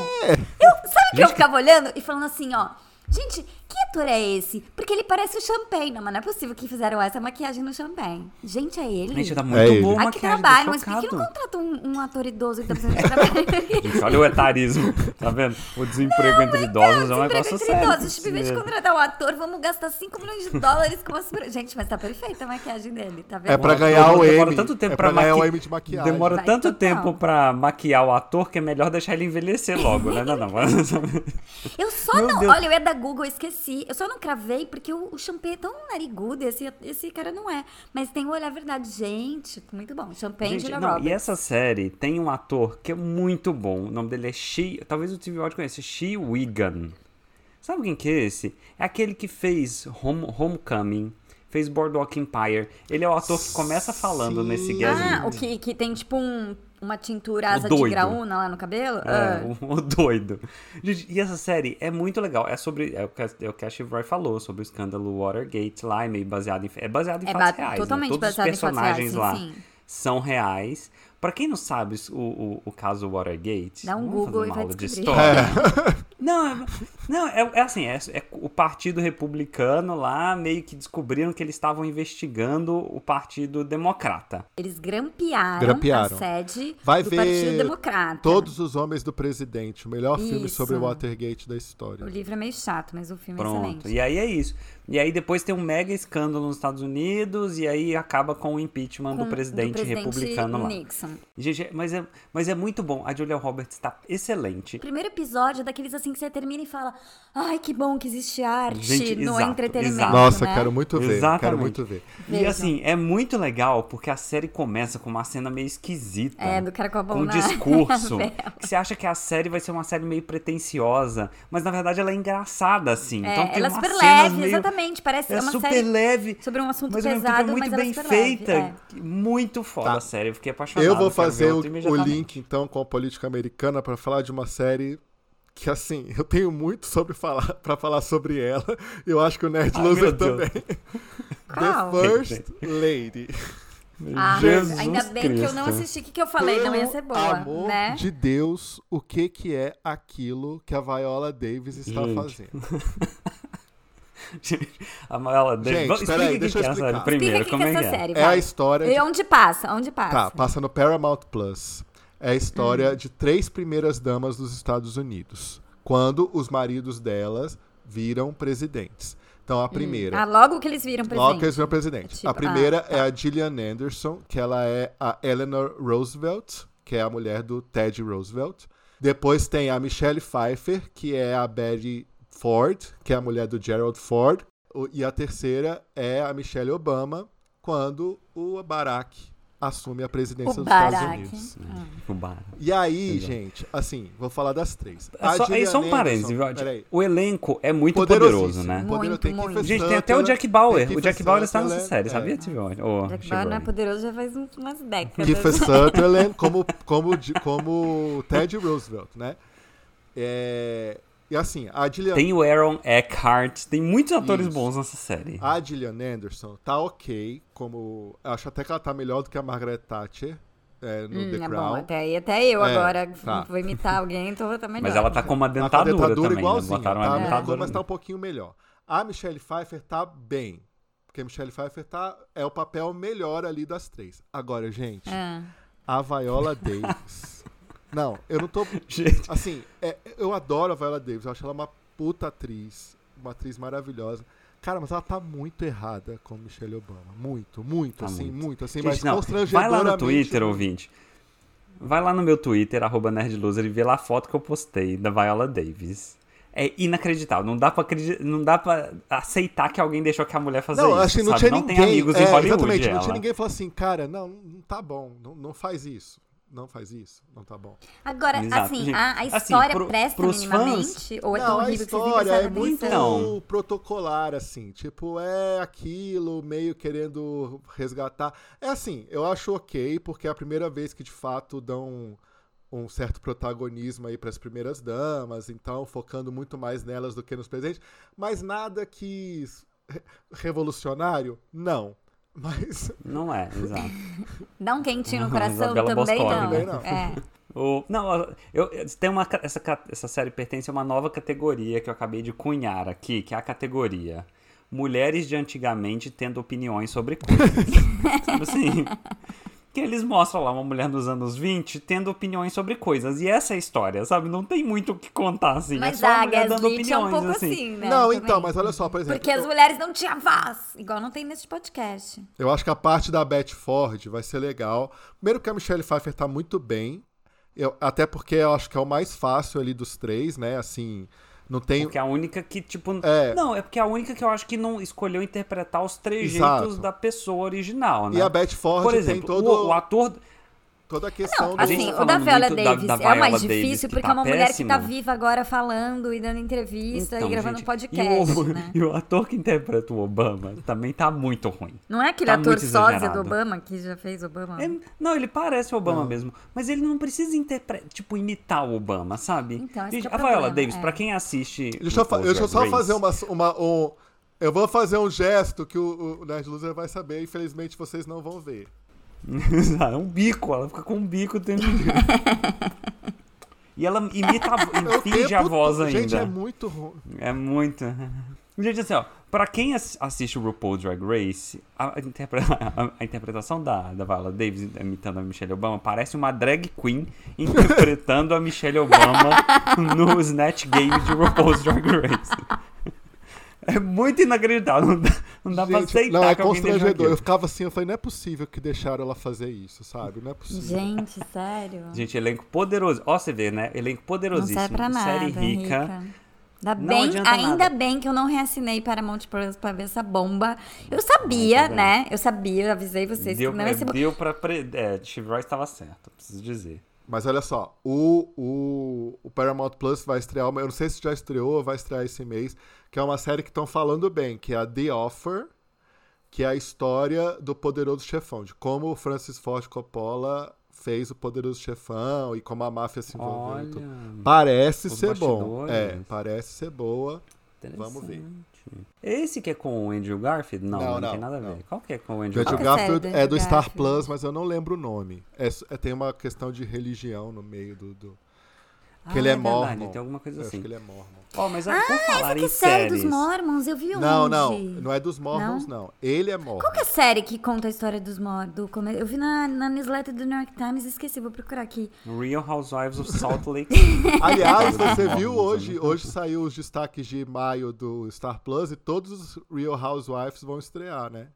[SPEAKER 2] Sabe que eu
[SPEAKER 3] Gente,
[SPEAKER 2] ficava olhando e falando assim, ó, gente, que ator é esse? Porque ele parece o champanhe. Não, mas não é possível que fizeram essa maquiagem no champanhe. Gente, é ele?
[SPEAKER 3] Gente, tá
[SPEAKER 1] É
[SPEAKER 3] muito
[SPEAKER 1] ele.
[SPEAKER 3] boa a
[SPEAKER 2] Ai, que
[SPEAKER 3] maquiagem,
[SPEAKER 2] trabalho,
[SPEAKER 3] tô
[SPEAKER 2] mas por que
[SPEAKER 3] chocado.
[SPEAKER 2] não contrata um, um ator idoso que tá precisando de trabalho?
[SPEAKER 3] Gente, olha o etarismo, tá vendo? O desemprego entre idosos é um
[SPEAKER 2] então, Desemprego
[SPEAKER 3] negócio
[SPEAKER 2] entre
[SPEAKER 3] sério.
[SPEAKER 2] idosos. Tipo, em vez de contratar um ator, vamos gastar 5 milhões de dólares com umas... Gente, mas tá perfeita a maquiagem dele, tá vendo?
[SPEAKER 1] É pra
[SPEAKER 3] Nossa,
[SPEAKER 1] ganhar o
[SPEAKER 3] demora
[SPEAKER 1] M.
[SPEAKER 3] tanto tempo
[SPEAKER 1] é
[SPEAKER 3] pra
[SPEAKER 1] pra ganhar o
[SPEAKER 3] maqui-
[SPEAKER 1] M de maquiagem.
[SPEAKER 3] Demora
[SPEAKER 2] Vai,
[SPEAKER 3] tanto
[SPEAKER 2] total.
[SPEAKER 3] tempo pra maquiar o ator que é melhor deixar ele envelhecer logo, né? Não, não.
[SPEAKER 2] Eu só
[SPEAKER 3] Meu
[SPEAKER 2] não...
[SPEAKER 3] Deus.
[SPEAKER 2] Olha, eu ia da Google, eu esqueci. Eu só não cravei porque o, o champanhe é tão narigudo e esse, esse cara não é. Mas tem o olhar verdade. Gente, muito bom. Champanhe de
[SPEAKER 3] Gente,
[SPEAKER 2] Julia
[SPEAKER 3] não, e
[SPEAKER 2] Roberts.
[SPEAKER 3] essa série tem um ator que é muito bom. O nome dele é She. Talvez o TV Watch conheça. She Wigan. Sabe quem que é esse? É aquele que fez Home, Homecoming, fez Boardwalk Empire. Ele é o ator que começa falando
[SPEAKER 1] Sim.
[SPEAKER 3] nesse
[SPEAKER 2] Ah,
[SPEAKER 3] Gaslit.
[SPEAKER 2] o que, que tem tipo um- uma tintura asa de
[SPEAKER 3] doido.
[SPEAKER 2] graúna lá no cabelo? Ah.
[SPEAKER 3] É, o, o doido. Gente, e essa série é muito legal. É sobre. É o que, a- é o que a Chivroy falou, sobre o escândalo Watergate lá, é meio baseado em. É baseado em
[SPEAKER 2] É
[SPEAKER 3] fatos
[SPEAKER 2] ba-
[SPEAKER 3] reais. né?
[SPEAKER 2] totalmente
[SPEAKER 3] Todos os
[SPEAKER 2] baseado em fatos
[SPEAKER 3] personagens
[SPEAKER 2] reais, sim,
[SPEAKER 3] lá.
[SPEAKER 2] sim.
[SPEAKER 3] são reais. Pra quem não sabe o, o, o caso Watergate...
[SPEAKER 2] Dá um
[SPEAKER 3] vamos fazer
[SPEAKER 2] Google e
[SPEAKER 3] uma
[SPEAKER 2] vai
[SPEAKER 3] aula de
[SPEAKER 2] descobrir.
[SPEAKER 3] história. Não, é- não é, é assim, é, é o Partido Republicano lá meio que descobriram que eles estavam investigando o Partido Democrata.
[SPEAKER 2] Eles grampearam,
[SPEAKER 1] Grampearam.
[SPEAKER 2] a sede
[SPEAKER 1] Vai
[SPEAKER 2] do
[SPEAKER 1] ver
[SPEAKER 2] Partido Democrata.
[SPEAKER 1] Todos os Homens do Presidente, o melhor filme
[SPEAKER 2] Isso.
[SPEAKER 1] sobre Watergate da
[SPEAKER 2] O
[SPEAKER 1] história.
[SPEAKER 2] livro é meio chato, mas o filme é
[SPEAKER 3] Pronto.
[SPEAKER 2] excelente.
[SPEAKER 3] E aí é isso. E aí depois tem um mega escândalo nos Estados Unidos e aí acaba com o impeachment
[SPEAKER 2] Com-
[SPEAKER 3] é um do, presidente republicano lá.
[SPEAKER 2] Nixon.
[SPEAKER 3] GG, mas é, mas é muito bom. A Julia Roberts tá excelente.
[SPEAKER 2] O primeiro episódio é daqueles assim que você termina e fala: Ai, que bom que existe arte
[SPEAKER 3] Gente,
[SPEAKER 2] no
[SPEAKER 3] exato,
[SPEAKER 2] entretenimento.
[SPEAKER 3] exato.
[SPEAKER 1] Nossa,
[SPEAKER 2] né?
[SPEAKER 1] quero muito ver. Quero
[SPEAKER 3] Exatamente.
[SPEAKER 1] muito ver.
[SPEAKER 3] E
[SPEAKER 2] Vejam.
[SPEAKER 3] assim, é muito legal porque a série começa com uma cena meio esquisita.
[SPEAKER 2] É, do cara com a É.
[SPEAKER 3] com
[SPEAKER 2] mão
[SPEAKER 3] um
[SPEAKER 2] na-
[SPEAKER 3] discurso.
[SPEAKER 2] na vela.
[SPEAKER 3] que você acha que a série vai ser uma série meio pretensiosa, mas na verdade ela é engraçada, assim.
[SPEAKER 2] É,
[SPEAKER 3] então tem
[SPEAKER 2] ela é
[SPEAKER 3] umas
[SPEAKER 2] super
[SPEAKER 3] cenas
[SPEAKER 2] leve,
[SPEAKER 3] meio...
[SPEAKER 2] exatamente. Parece
[SPEAKER 3] É
[SPEAKER 2] uma
[SPEAKER 3] super
[SPEAKER 2] série
[SPEAKER 3] leve.
[SPEAKER 2] sobre um assunto
[SPEAKER 3] mas ao mesmo tempo
[SPEAKER 2] pesado,
[SPEAKER 3] é
[SPEAKER 2] mas
[SPEAKER 3] muito
[SPEAKER 2] ela
[SPEAKER 3] bem
[SPEAKER 2] é super
[SPEAKER 3] feita.
[SPEAKER 2] leve. é.
[SPEAKER 3] Muito foda
[SPEAKER 1] Tá.
[SPEAKER 3] a série. Eu fiquei apaixonado.
[SPEAKER 1] Eu vou
[SPEAKER 3] quero ver
[SPEAKER 1] fazer o,
[SPEAKER 3] outra
[SPEAKER 1] o
[SPEAKER 3] imediatamente.
[SPEAKER 1] link, então, com a política americana pra falar de uma série que, assim, eu tenho muito sobre falar para falar sobre ela. Eu acho que o Nerd
[SPEAKER 3] Ai,
[SPEAKER 1] Loser
[SPEAKER 3] meu Deus.
[SPEAKER 1] também.
[SPEAKER 2] Qual?
[SPEAKER 1] The First Lady.
[SPEAKER 2] Ah,
[SPEAKER 3] Jesus
[SPEAKER 2] ainda bem que eu não
[SPEAKER 3] Cristo. Tá
[SPEAKER 2] assisti. O que, que eu falei? Não ia ser boa,
[SPEAKER 1] amor
[SPEAKER 2] né?
[SPEAKER 1] de Deus, o que que é aquilo que a Viola Davis está
[SPEAKER 3] Gente,
[SPEAKER 1] fazendo?
[SPEAKER 3] A Maiola
[SPEAKER 1] Gente,
[SPEAKER 3] Davis. Vamos-
[SPEAKER 1] peraí,
[SPEAKER 3] Explica o que
[SPEAKER 1] deixa
[SPEAKER 3] que
[SPEAKER 1] eu
[SPEAKER 3] é a série
[SPEAKER 1] explicar.
[SPEAKER 2] Explica o
[SPEAKER 3] primeiro.
[SPEAKER 2] que que
[SPEAKER 3] Como
[SPEAKER 2] é
[SPEAKER 3] é
[SPEAKER 2] essa
[SPEAKER 3] que é?
[SPEAKER 2] série.
[SPEAKER 1] É
[SPEAKER 2] vai.
[SPEAKER 1] a história
[SPEAKER 2] E
[SPEAKER 1] de
[SPEAKER 2] onde passa? Onde
[SPEAKER 1] Tá,
[SPEAKER 2] passa?
[SPEAKER 1] passa no Paramount Plus. É a história
[SPEAKER 2] Hum.
[SPEAKER 1] de três primeiras damas dos Estados Unidos, quando os maridos delas viram presidentes. Então a primeira,
[SPEAKER 2] Ah, logo que eles viram presente.
[SPEAKER 1] logo que eles viram presidente.
[SPEAKER 2] É tipo-
[SPEAKER 1] a primeira
[SPEAKER 2] ah,
[SPEAKER 1] é a Gillian Anderson, que ela é a Eleanor Roosevelt, que é a mulher do Ted Roosevelt. Depois tem a Michelle Pfeiffer, que é a Betty Ford, que é a mulher do Gerald Ford. O- E a terceira é a Michelle Obama, quando o Barack assume a presidência
[SPEAKER 2] O
[SPEAKER 1] dos Estados
[SPEAKER 2] Barack.
[SPEAKER 1] Unidos. Tipo,
[SPEAKER 3] O bar.
[SPEAKER 1] E aí, gente, gente, assim, vou falar das três.
[SPEAKER 3] É só, aí só um parênteses, viu?
[SPEAKER 1] Peraí.
[SPEAKER 3] O elenco é muito poderoso,
[SPEAKER 1] Poderosíssimo.
[SPEAKER 3] né?
[SPEAKER 1] Poderoso,
[SPEAKER 2] Muito,
[SPEAKER 1] tem
[SPEAKER 2] muito.
[SPEAKER 1] Kiefer
[SPEAKER 3] Gente, tem
[SPEAKER 1] Sutherland,
[SPEAKER 3] até o Jack Bauer.
[SPEAKER 1] tem
[SPEAKER 3] O Jack
[SPEAKER 1] Kiefer
[SPEAKER 3] Bauer está nessa
[SPEAKER 1] Sutherland,
[SPEAKER 3] série,
[SPEAKER 1] é.
[SPEAKER 3] sabia, Tivone? Oh,
[SPEAKER 2] Jack Bauer não é
[SPEAKER 3] Chegou aí.
[SPEAKER 2] poderoso já faz um- umas décadas.
[SPEAKER 1] Kiefer Sutherland como, como, de- como Ted Roosevelt, né? É, e assim, a Gillian,
[SPEAKER 3] Tem um- o Aaron Eckhart. Tem muitos atores
[SPEAKER 1] Isso. Ah,
[SPEAKER 3] bons nessa série.
[SPEAKER 1] a Gillian Anderson tá ok, como... eu Acho até que ela tá melhor do que a Margaret Thatcher é, no
[SPEAKER 2] Hum,
[SPEAKER 1] The
[SPEAKER 2] é bom,
[SPEAKER 1] Crown.
[SPEAKER 2] até, aí- até eu
[SPEAKER 1] É,
[SPEAKER 2] agora
[SPEAKER 1] tá.
[SPEAKER 2] vou imitar alguém, então tá melhor.
[SPEAKER 3] Mas ela tá com uma
[SPEAKER 1] Ela tá com a
[SPEAKER 3] dentadura, também. né?
[SPEAKER 1] igualzinha,
[SPEAKER 3] Botaram uma
[SPEAKER 1] tá,
[SPEAKER 3] dentadura.
[SPEAKER 1] mas tá um pouquinho melhor. A Michelle Pfeiffer tá bem, porque a Michelle Pfeiffer tá, é o papel melhor ali das três. Agora, gente,
[SPEAKER 2] Ah.
[SPEAKER 1] a Viola Davis. não, eu não tô.
[SPEAKER 3] Gente,
[SPEAKER 1] Assim, é, eu adoro a Viola Davis, eu acho ela uma puta atriz, uma atriz maravilhosa. Cara, mas ela tá muito errada com Michelle Obama. Muito, muito,
[SPEAKER 3] Tá
[SPEAKER 1] assim, muito,
[SPEAKER 3] muito.
[SPEAKER 1] assim, mas
[SPEAKER 3] gente não. Vai
[SPEAKER 1] constrangedoramente.
[SPEAKER 3] lá no Twitter, ouvinte. Vai lá no meu Twitter, arroba nerdloser, e vê lá a foto que eu postei da Viola Davis. É inacreditável. Não dá pra, acredi- não dá pra aceitar que alguém deixou que a mulher fazer
[SPEAKER 1] Não,
[SPEAKER 3] isso.
[SPEAKER 1] acho que não
[SPEAKER 3] sabe?
[SPEAKER 1] tinha
[SPEAKER 3] não
[SPEAKER 1] ninguém.
[SPEAKER 3] tem amigos em
[SPEAKER 1] é,
[SPEAKER 3] Hollywood. né,
[SPEAKER 1] exatamente, não
[SPEAKER 3] ela.
[SPEAKER 1] tinha ninguém que falou assim, cara, não, não tá bom, não, não faz isso. Não faz isso, não tá bom.
[SPEAKER 2] Agora,
[SPEAKER 3] Exato,
[SPEAKER 2] assim,
[SPEAKER 3] gente.
[SPEAKER 2] a, a
[SPEAKER 3] Assim,
[SPEAKER 2] história
[SPEAKER 3] pro-
[SPEAKER 2] presta
[SPEAKER 3] pros
[SPEAKER 2] minimamente? Ou é tão
[SPEAKER 1] não, a
[SPEAKER 2] horrível que vocês nem
[SPEAKER 1] história é
[SPEAKER 2] prestaram
[SPEAKER 1] muito
[SPEAKER 2] atenção?
[SPEAKER 3] Então.
[SPEAKER 1] protocolar, assim. Tipo, é aquilo, meio querendo resgatar. É assim, eu acho ok, porque é a primeira vez que de fato dão um certo protagonismo aí para as primeiras damas, então focando muito mais nelas do que nos presentes. Mas nada que re- revolucionário, não. Mas
[SPEAKER 3] Não é, exato.
[SPEAKER 2] Dá um quentinho no
[SPEAKER 3] Uma
[SPEAKER 2] coração
[SPEAKER 3] Isabela né?
[SPEAKER 2] também
[SPEAKER 3] Boscov,
[SPEAKER 2] não.
[SPEAKER 1] também não.
[SPEAKER 2] É.
[SPEAKER 3] assim, O- não, eu, eu- tem uma, ca- essa, ca- essa série pertence a uma nova categoria que eu acabei de cunhar aqui, que é a categoria Mulheres de Antigamente Tendo Opiniões sobre Coisas. Sabe assim? Que eles mostram lá uma mulher nos anos 20 tendo opiniões sobre coisas. E essa é a história, sabe? Não tem muito o que contar, assim.
[SPEAKER 2] Mas
[SPEAKER 3] é só
[SPEAKER 2] a
[SPEAKER 3] a mulher dando
[SPEAKER 2] Gaslit é um
[SPEAKER 3] opiniões,
[SPEAKER 2] pouco assim,
[SPEAKER 3] assim.
[SPEAKER 2] né?
[SPEAKER 1] não,
[SPEAKER 2] também.
[SPEAKER 1] então, mas olha só, por exemplo,
[SPEAKER 2] Porque as
[SPEAKER 1] eu-
[SPEAKER 2] mulheres não tinham voz, igual não tem nesse podcast.
[SPEAKER 1] Eu acho que a parte da Betty Ford vai ser legal. Primeiro que a Michelle Pfeiffer tá muito bem. Eu- até porque eu acho que é o mais fácil ali dos três, né? Assim, não tem.
[SPEAKER 3] Porque é a única que, tipo.
[SPEAKER 1] É.
[SPEAKER 3] Não, é porque a única que eu acho que não escolheu interpretar os trejeitos
[SPEAKER 1] Exato.
[SPEAKER 3] da pessoa original, né?
[SPEAKER 1] E a Betty Ford
[SPEAKER 3] Por
[SPEAKER 1] tem
[SPEAKER 3] exemplo,
[SPEAKER 1] todo,
[SPEAKER 3] o, o ator.
[SPEAKER 1] toda a
[SPEAKER 2] Não,
[SPEAKER 1] questão do.
[SPEAKER 3] a gente
[SPEAKER 2] assim,
[SPEAKER 3] tá
[SPEAKER 2] o da
[SPEAKER 3] falando
[SPEAKER 2] Viola
[SPEAKER 3] muito da-
[SPEAKER 2] Davis
[SPEAKER 3] da
[SPEAKER 2] é o mais
[SPEAKER 3] Viola Davis,
[SPEAKER 2] difícil,
[SPEAKER 3] que
[SPEAKER 2] porque
[SPEAKER 3] tá
[SPEAKER 2] é uma mulher que tá
[SPEAKER 3] péssima.
[SPEAKER 2] viva agora falando e dando entrevista
[SPEAKER 3] Então,
[SPEAKER 2] e gravando
[SPEAKER 3] gente,
[SPEAKER 2] podcast,
[SPEAKER 3] e o,
[SPEAKER 2] né?
[SPEAKER 3] e o ator que interpreta o Obama também tá muito ruim.
[SPEAKER 2] Não é aquele
[SPEAKER 3] Tá
[SPEAKER 2] ator
[SPEAKER 3] muito
[SPEAKER 2] sósia do
[SPEAKER 3] exagerado.
[SPEAKER 2] Obama que já fez Obama?
[SPEAKER 3] É- não, ele parece o
[SPEAKER 2] Ah.
[SPEAKER 3] Obama mesmo, mas ele não precisa interpre- tipo, imitar o Obama, sabe?
[SPEAKER 2] Então, esse
[SPEAKER 3] Gente,
[SPEAKER 2] que é o
[SPEAKER 3] a Viola
[SPEAKER 2] problema,
[SPEAKER 3] Davis,
[SPEAKER 2] é.
[SPEAKER 3] pra quem assiste.
[SPEAKER 1] Deixa eu, fa-
[SPEAKER 3] RuPaul's
[SPEAKER 1] deixa eu só
[SPEAKER 3] Drag Race,
[SPEAKER 1] fazer uma. uma- um- eu vou fazer um gesto que o, o Nerd Loser vai saber, infelizmente vocês não vão ver.
[SPEAKER 3] é um bico, ela fica com um bico o tempo inteiro. e ela imita, a,
[SPEAKER 1] É o
[SPEAKER 3] finge a
[SPEAKER 1] tempo
[SPEAKER 3] voz
[SPEAKER 1] todo.
[SPEAKER 3] ainda.
[SPEAKER 1] Gente, é muito ruim.
[SPEAKER 3] É muito. Gente, assim, ó, pra quem ass- assiste o RuPaul Drag Race, a, a interpre- a- a interpretação da, da Viola Davis imitando a Michelle Obama parece uma drag queen interpretando a Michelle Obama no Snatch Game de RuPaul's Drag Race. É muito inacreditável, não dá, não dá pra
[SPEAKER 1] Gente,
[SPEAKER 3] aceitar
[SPEAKER 1] não, é
[SPEAKER 3] que alguém esteja
[SPEAKER 1] constrangedor. Eu
[SPEAKER 3] aqui.
[SPEAKER 1] ficava assim, eu falei, não é possível que deixaram ela fazer isso, sabe? Não é possível.
[SPEAKER 2] Gente, sério.
[SPEAKER 3] Gente, elenco poderoso. Ó, você vê, né? Elenco
[SPEAKER 2] não
[SPEAKER 3] poderosíssimo.
[SPEAKER 2] serve pra nada.
[SPEAKER 3] série rica.
[SPEAKER 2] Ainda
[SPEAKER 3] Não
[SPEAKER 2] bem,
[SPEAKER 3] adianta
[SPEAKER 2] ainda
[SPEAKER 3] nada.
[SPEAKER 2] bem que eu não reassinei Paramount Plus pra ver essa bomba. Eu sabia,
[SPEAKER 3] Ai, tá bem.
[SPEAKER 2] né? Eu sabia, eu avisei vocês
[SPEAKER 3] Deu,
[SPEAKER 2] que não ia ser bo-
[SPEAKER 3] deu pra. Pre... É, Steve Royce tava certo, preciso dizer.
[SPEAKER 1] Mas olha só, o, o, o Paramount Plus vai estrear, uma, eu não sei se já estreou ou vai estrear esse mês, que é uma série que estão falando bem, que é a The Offer, que é a história do Poderoso Chefão, de como o Francis Ford Coppola fez o Poderoso Chefão e como a máfia se envolveu. e tudo.
[SPEAKER 3] Olha.
[SPEAKER 1] Parece
[SPEAKER 3] os
[SPEAKER 1] ser bom.
[SPEAKER 3] bastidores.
[SPEAKER 1] É, parece ser boa. Vamos ver.
[SPEAKER 3] Interessante. Esse que é com o Andrew Garfield? Não, não,
[SPEAKER 1] Não,
[SPEAKER 3] tem
[SPEAKER 1] não,
[SPEAKER 3] nada a ver.
[SPEAKER 1] não.
[SPEAKER 3] Qual que é com o Andrew
[SPEAKER 1] Andrew
[SPEAKER 2] que
[SPEAKER 3] Garfield?
[SPEAKER 1] Garfield
[SPEAKER 2] série do
[SPEAKER 1] é do
[SPEAKER 2] Andrew
[SPEAKER 1] Star
[SPEAKER 2] Garfield?
[SPEAKER 1] Plus, mas eu não lembro o nome. É, s- é- tem uma questão de religião no meio do. do- que ele é,
[SPEAKER 3] Ah, verdade,
[SPEAKER 1] mormon.
[SPEAKER 3] tem alguma coisa
[SPEAKER 1] Eu
[SPEAKER 3] assim.
[SPEAKER 1] Acho que ele é mormon.
[SPEAKER 3] Ó, mas ah, por falar em
[SPEAKER 2] Que é série
[SPEAKER 3] séries,
[SPEAKER 2] dos Mormons? Eu vi onde?
[SPEAKER 1] Não, não. Não é dos mormons, não. Ele é mormon.
[SPEAKER 2] Qual que é a série que conta a história dos Mormons? Do come- Eu vi na, na newsletter do New York Times, esqueci, vou procurar aqui.
[SPEAKER 3] Real Housewives of Salt Lake.
[SPEAKER 1] Aliás,
[SPEAKER 3] Dos
[SPEAKER 1] você
[SPEAKER 3] Mormons,
[SPEAKER 1] viu
[SPEAKER 3] né?
[SPEAKER 1] hoje, hoje saiu os destaques de maio do Star Plus e todos os Real Housewives vão estrear, né?